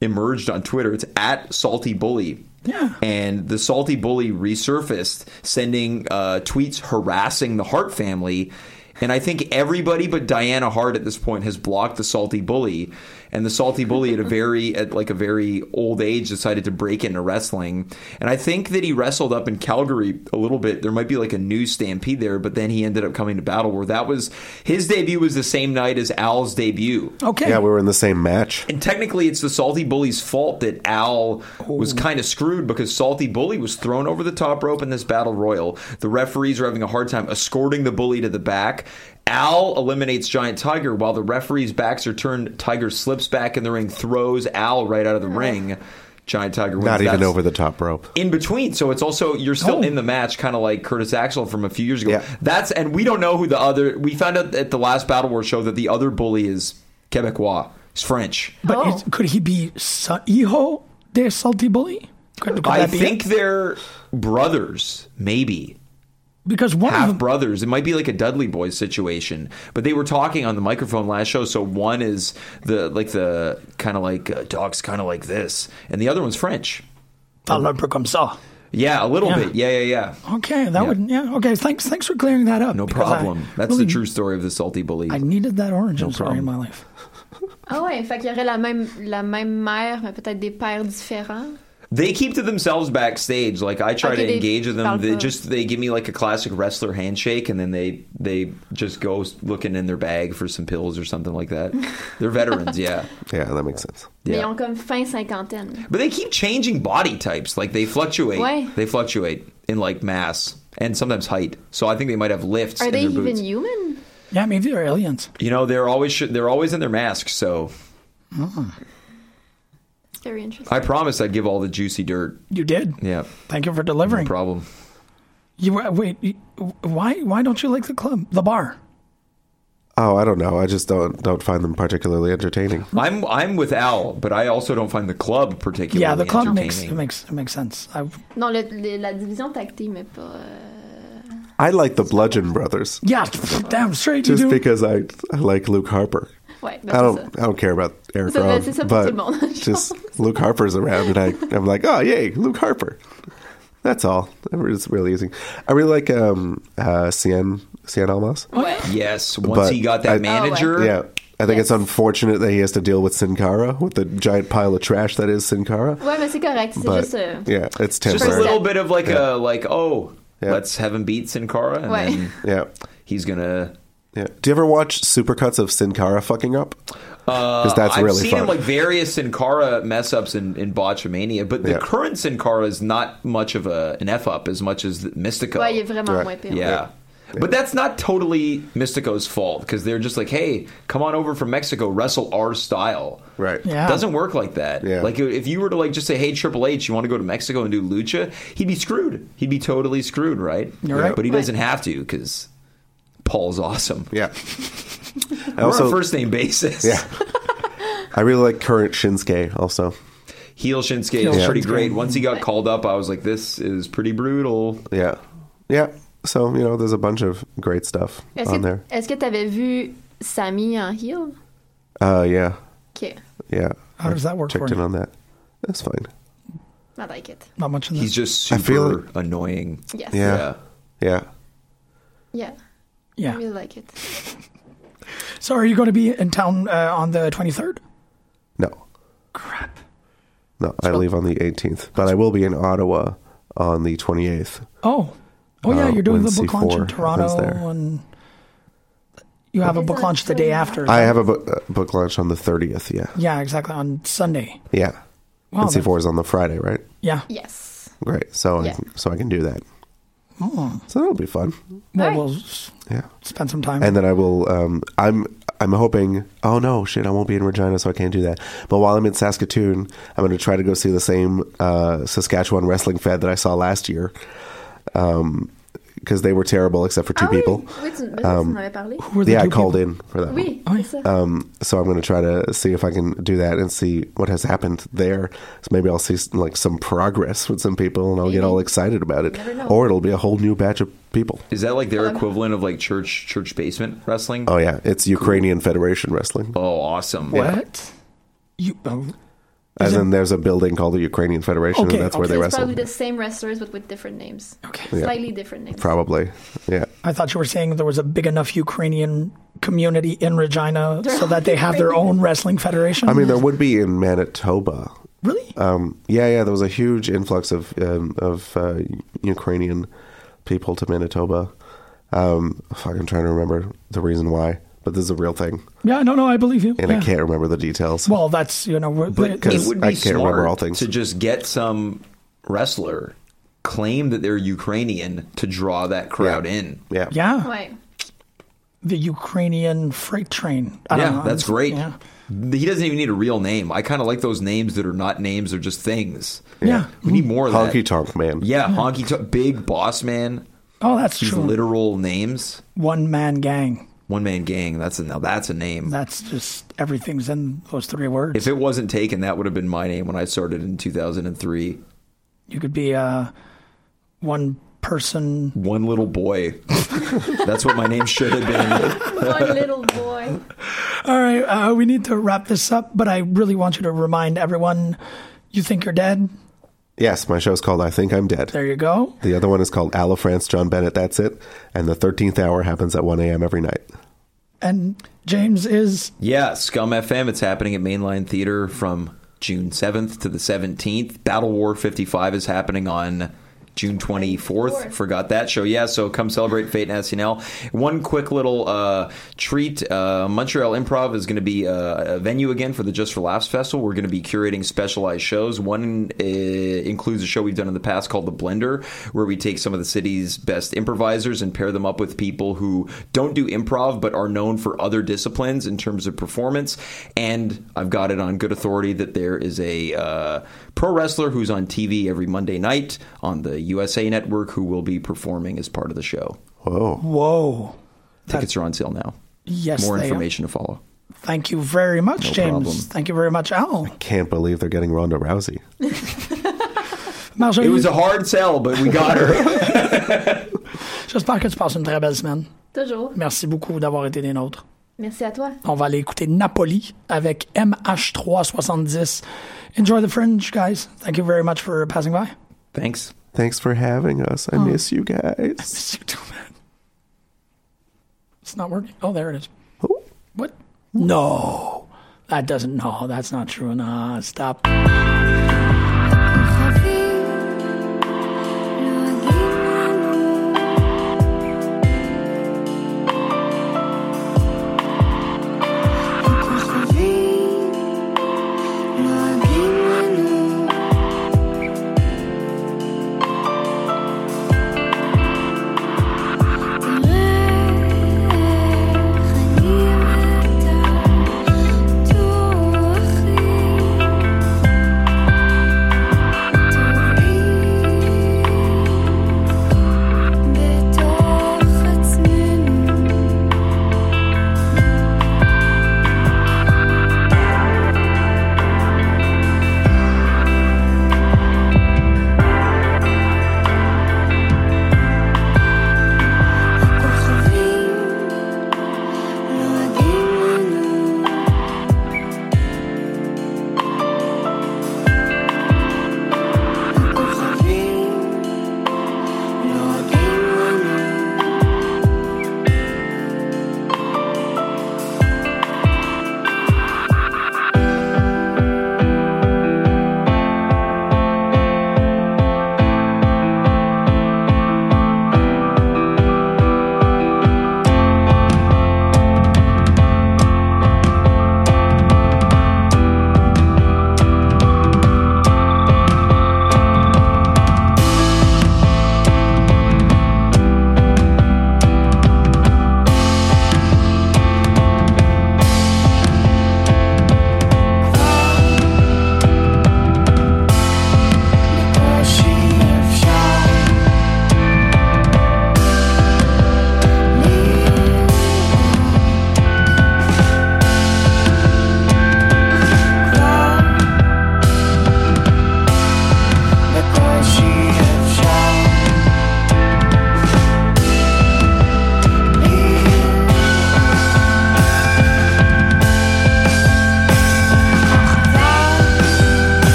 S9: emerged on Twitter. It's at salty bully.
S5: Yeah.
S9: And the salty bully resurfaced, sending uh, tweets harassing the Hart family. And I think everybody but Diana Hart at this point has blocked the salty bully. And the salty bully at a very at like a very old age decided to break into wrestling. And I think that he wrestled up in Calgary a little bit. There might be like a news stampede there, but then he ended up coming to Battle where that was his debut was the same night as Al's debut.
S5: Okay.
S8: Yeah, we were in the same match.
S9: And technically, it's the Salty Bully's fault that Al was
S8: Oh.
S9: kind of screwed because Salty Bully was thrown over the top rope in this battle royal. The referees are having a hard time escorting the bully to the back. Al eliminates Giant Tiger while the referees' backs are turned. Tiger slips back in the ring, throws Al right out of the ring. Giant Tiger wins.
S8: Not even
S9: That's-
S8: over the top rope.
S9: in between. So it's also you're still
S5: Oh.
S9: in the match, kind of like Curtis Axel from a few years ago.
S8: Yeah.
S9: That's and we don't know who the other. We found out at the last Battle War show that the other bully is Quebecois. He's French.
S5: But
S7: Oh.
S5: is- could he be son- hijo de Salty Bully? Could, could
S9: I
S5: that be
S9: think
S5: it?
S9: they're brothers, maybe.
S5: because one of
S9: half
S5: them,
S9: brothers. It might be like a Dudley Boys situation, but they were talking on the microphone last show. So one is the like the kind of like uh, talks kind of like this, and the other one's French.
S5: parle un peu comme ça.
S9: Yeah, a little
S5: Yeah.
S9: bit. Yeah, yeah, yeah.
S5: Okay, that
S9: Yeah.
S5: would yeah. Okay, thanks thanks for clearing that up.
S9: No
S5: because I
S9: problem. That's
S5: really-
S9: the true story of the salty bully.
S5: I needed that orange
S9: No
S5: I'm sorry,
S9: problem.
S5: in my life.
S7: Ah ouais, fait qu'il y aurait la même, la même mère, mais peut-être des pères différents.
S9: They keep to themselves backstage. Like I try
S7: Okay,
S9: to
S7: they
S9: engage with them.
S7: found
S9: They
S7: the-
S9: just they give me like a classic wrestler handshake, and then they they just go looking in their bag for some pills or something like that. They're veterans, yeah,
S8: Yeah, that makes sense.
S7: Mais ils
S9: yeah.
S7: ont comme fin cinquantaine.
S9: But they keep changing body types. Like they fluctuate.
S7: Why?
S9: They fluctuate in like mass and sometimes height. So I think they might have lifts
S7: Are
S9: in
S7: they
S9: their
S7: even
S9: boots. You?
S7: human?
S5: Yeah, maybe they're aliens.
S9: know, they're always sh- they're always in their masks. So
S7: It's very interesting.
S9: I promise I'd give all the juicy dirt.
S5: You did.
S9: Yeah,
S5: Thank you for
S9: no
S5: delivering.
S9: problem.
S5: you were- wait. You, why why don't you like the club, the bar?
S8: Oh, I don't know. I just don't don't find them particularly entertaining.
S9: I'm I'm with Al, but I also don't find the club particularly.
S5: yeah, the club makes it
S9: entertaining.
S5: makes it makes sense. I,
S8: Ah.
S7: Non, le- le- la division tactique, mais pas. euh,
S8: I like the Bludgeon Brothers
S5: yeah, damn straight you
S8: just
S5: do.
S8: because I I like Luke Harper.
S7: Ouais, ben
S8: I
S7: c'est
S8: don't
S7: ça.
S8: I don't care about Eric
S7: Ça,
S8: Rowan,
S7: c'est ça pour tout
S8: but
S7: le monde, je
S8: just Luke Harper's around, and I I'm like, oh yay, Luke Harper. That's all. It's really easy. I really like um uh Cien Cien Almas.
S9: Yes, once
S8: But
S9: he got that
S8: I-
S9: manager.
S8: Yeah. I think
S7: Yes.
S8: it's unfortunate that he has to deal with Sin Cara, with the giant pile of trash that is Sin Cara.
S7: Ouais, mais c'est correct. C'est
S8: But
S7: juste. euh,
S8: yeah,
S9: It's
S8: it's
S9: Just a
S8: temporary.
S9: little bit of like a like oh
S8: Yeah.
S9: let's have him beat Sin Cara and
S7: Ouais.
S9: then
S8: Yeah.
S9: he's gonna.
S8: Yeah. Do you ever watch supercuts of Sin Cara fucking up? Because that's
S9: Uh, I've
S8: really
S9: seen
S8: fun.
S9: him like various Sin Cara mess ups in, in Botchamania, but the
S8: Yeah.
S9: current Sin Cara is not much of a, an f up as much as the Mystico.
S7: Ouais, il est vraiment
S8: Ouais.
S7: moins pire.
S9: yeah. But that's not totally Mystico's fault because they're just like, hey, come on over from Mexico, wrestle our style.
S8: Right.
S5: Yeah.
S9: Doesn't work like that.
S8: Yeah.
S9: Like if you were to like just say, hey, Triple H, you want to go to Mexico and do lucha? He'd be screwed. He'd be totally screwed, right?
S5: You're right.
S9: But he
S7: Right.
S9: doesn't have to because Paul's awesome.
S8: Yeah. I
S9: We're on
S8: also,
S9: a first name basis.
S8: Yeah. I really like current Shinsuke also.
S9: Heel Shinsuke
S5: Heel
S9: is pretty
S5: Shinsuke.
S9: great. Once he got called up, I was like, this is pretty brutal.
S8: Yeah. Yeah. So, you know, there's a bunch of great stuff
S7: Est-ce que
S8: on there.
S7: est-ce que t'avais vu Samy en heel?
S8: Uh, yeah.
S7: Ok.
S8: Yeah.
S5: How does that work
S8: Checked
S5: for
S8: in
S5: you?
S8: on that. That's fine.
S7: I like it.
S5: Not much in
S9: He's
S5: this.
S9: just
S8: I
S9: super
S8: feel
S9: annoying.
S7: Yes.
S8: Yeah. Yeah.
S7: Yeah. I
S5: Yeah.
S7: really like it.
S5: So are you going to be in town uh, on the twenty third?
S8: No.
S5: Crap.
S8: No, I leave on the 18th, but I will be in Ottawa on the 28th.
S5: Oh, oh yeah,
S8: Uh,
S5: you're doing the
S8: when
S5: book launch in
S8: C4 happens
S5: Toronto,
S8: there.
S5: and you have a
S7: Is
S5: book
S7: that
S5: launch the day
S7: Sunday?
S5: after.
S8: I have a book, uh, book launch on the 30th. Yeah.
S5: yeah, exactly on Sunday.
S8: Yeah.
S5: Wow,
S8: and
S5: that's-
S8: C4 is on the Friday, right?
S5: Yeah.
S7: Yes.
S8: Great. So
S7: Yeah.
S8: I can, so I can do that.
S5: Hmm.
S8: So that'll be fun.
S5: Well,
S7: Alright.
S5: we'll s-
S8: Yeah.
S5: spend some time.
S8: And then I will. Um, I'm I'm hoping. Oh no, shit! I won't be in Regina, so I can't do that. But while I'm in Saskatoon, I'm going to try to go see the same uh, Saskatchewan wrestling fed that I saw last year. Um, because they were terrible except for two
S7: Ah oui,
S8: people. Um,
S7: oui, tu- ben, ça, tu en avais parlé. Who were the
S8: yeah, I
S7: two
S8: called
S7: people?
S8: in for that.
S7: Oui,
S8: one.
S7: c'est ça.
S8: Um, so I'm going to try to see if I can do that and see what has happened there. So maybe I'll see s- like some progress with some people, and I'll get all excited about it,
S9: Never know.
S8: or it'll be a whole new batch of people.
S9: Is that like
S5: Uh,
S9: their equivalent of like church church basement wrestling?
S8: Oh yeah, it's Ukrainian Federation Wrestling.
S9: Oh, awesome!
S5: What? You. Oh.
S8: And
S5: Is it-
S8: then there's a building called the Ukrainian Federation,
S5: Okay,
S8: and that's where they
S7: So it's
S8: wrestle.
S7: probably the same wrestlers but with different names. Okay.
S8: Yeah.
S7: Slightly different names.
S8: Probably, yeah.
S5: I thought you were saying there was a big enough Ukrainian community in Regina so that they have their own wrestling federation.
S8: I mean, there would be in Manitoba.
S5: Oh, Really?
S8: Um, yeah, yeah. There was a huge influx of um, of uh, Ukrainian people to Manitoba. Um, fuck, I'm trying to remember the reason why, but this is a real thing,
S5: yeah, no, no, I believe you.
S8: and
S5: Yeah.
S8: I can't remember the details.
S5: Well, that's you know, we're-
S9: It would be
S8: I can't
S9: smart
S8: remember all things.
S9: to just get some wrestler claim that they're Ukrainian to draw that crowd in.
S8: Yeah,
S5: yeah,
S7: Right.
S5: the Ukrainian freight train. I don't
S9: yeah,
S5: know.
S9: that's great.
S5: Yeah.
S9: He doesn't even need a real name. I kind of like those names that are not names; they're just things.
S5: Yeah.
S9: we need more of that.
S8: Honky Tonk Man.
S9: Yeah, honky tonk, big boss man.
S5: Oh, that's
S9: These
S5: true.
S9: literal names.
S5: One man gang.
S9: One man gang. That's a, now that's a name.
S5: That's just everything's in those three words.
S9: if it wasn't taken, that would have been my name when I started in 2003.
S5: you could be uh, one person.
S9: One little boy. that's what my name should have been.
S7: One little boy.
S5: All right, uh, we need to wrap this up, but I really want you to remind everyone: you think you're dead.
S8: Yes, my show's called I Think I'm Dead.
S5: There you go.
S8: The other one is called Ala France John Bennett. That's it. And the 13th hour happens at 1 a.m. every night.
S5: And James is
S9: Yeah, Scum FM. It's happening at Mainline Theater from June 7th to the 17th. Battle War 55 is happening on June 24th. Forgot that show. Yeah, so come celebrate Fate and SNL. One quick little uh, treat uh, Montreal Improv is going to be uh, a venue again for the Just for Laughs Festival. We're going to be curating specialized shows. One uh, includes a show we've done in the past called The Blender, where we take some of the city's best improvisers and pair them up with people who don't do improv but are known for other disciplines in terms of performance. And I've got it on good authority that there is a uh, pro wrestler who's on TV every Monday night on the USA Network who will be performing as part of the show.
S8: Whoa.
S5: whoa.
S9: Tickets are on sale now.
S5: Yes,
S9: More
S5: they are.
S9: information to follow.
S5: Thank you very much,
S9: No
S5: James.
S9: problem.
S5: Thank you very much, Oh, Al.
S8: Can't believe they're getting Ronda Rousey.
S5: Marjo,
S9: It was a hard sell, but we got her.
S5: j'espère que tu passes une très belle semaine.
S7: Toujours.
S5: Merci beaucoup d'avoir été des nôtres.
S7: Merci à toi.
S5: On va aller écouter Napoli avec MH370. Enjoy the fringe, guys. Thank you very much for passing by.
S9: Thanks.
S8: Thanks for having us. I miss you guys.
S5: It's you too, man. It's not working. Oh, there it is. What? No. That doesn't. No, that's not true. Nah, stop.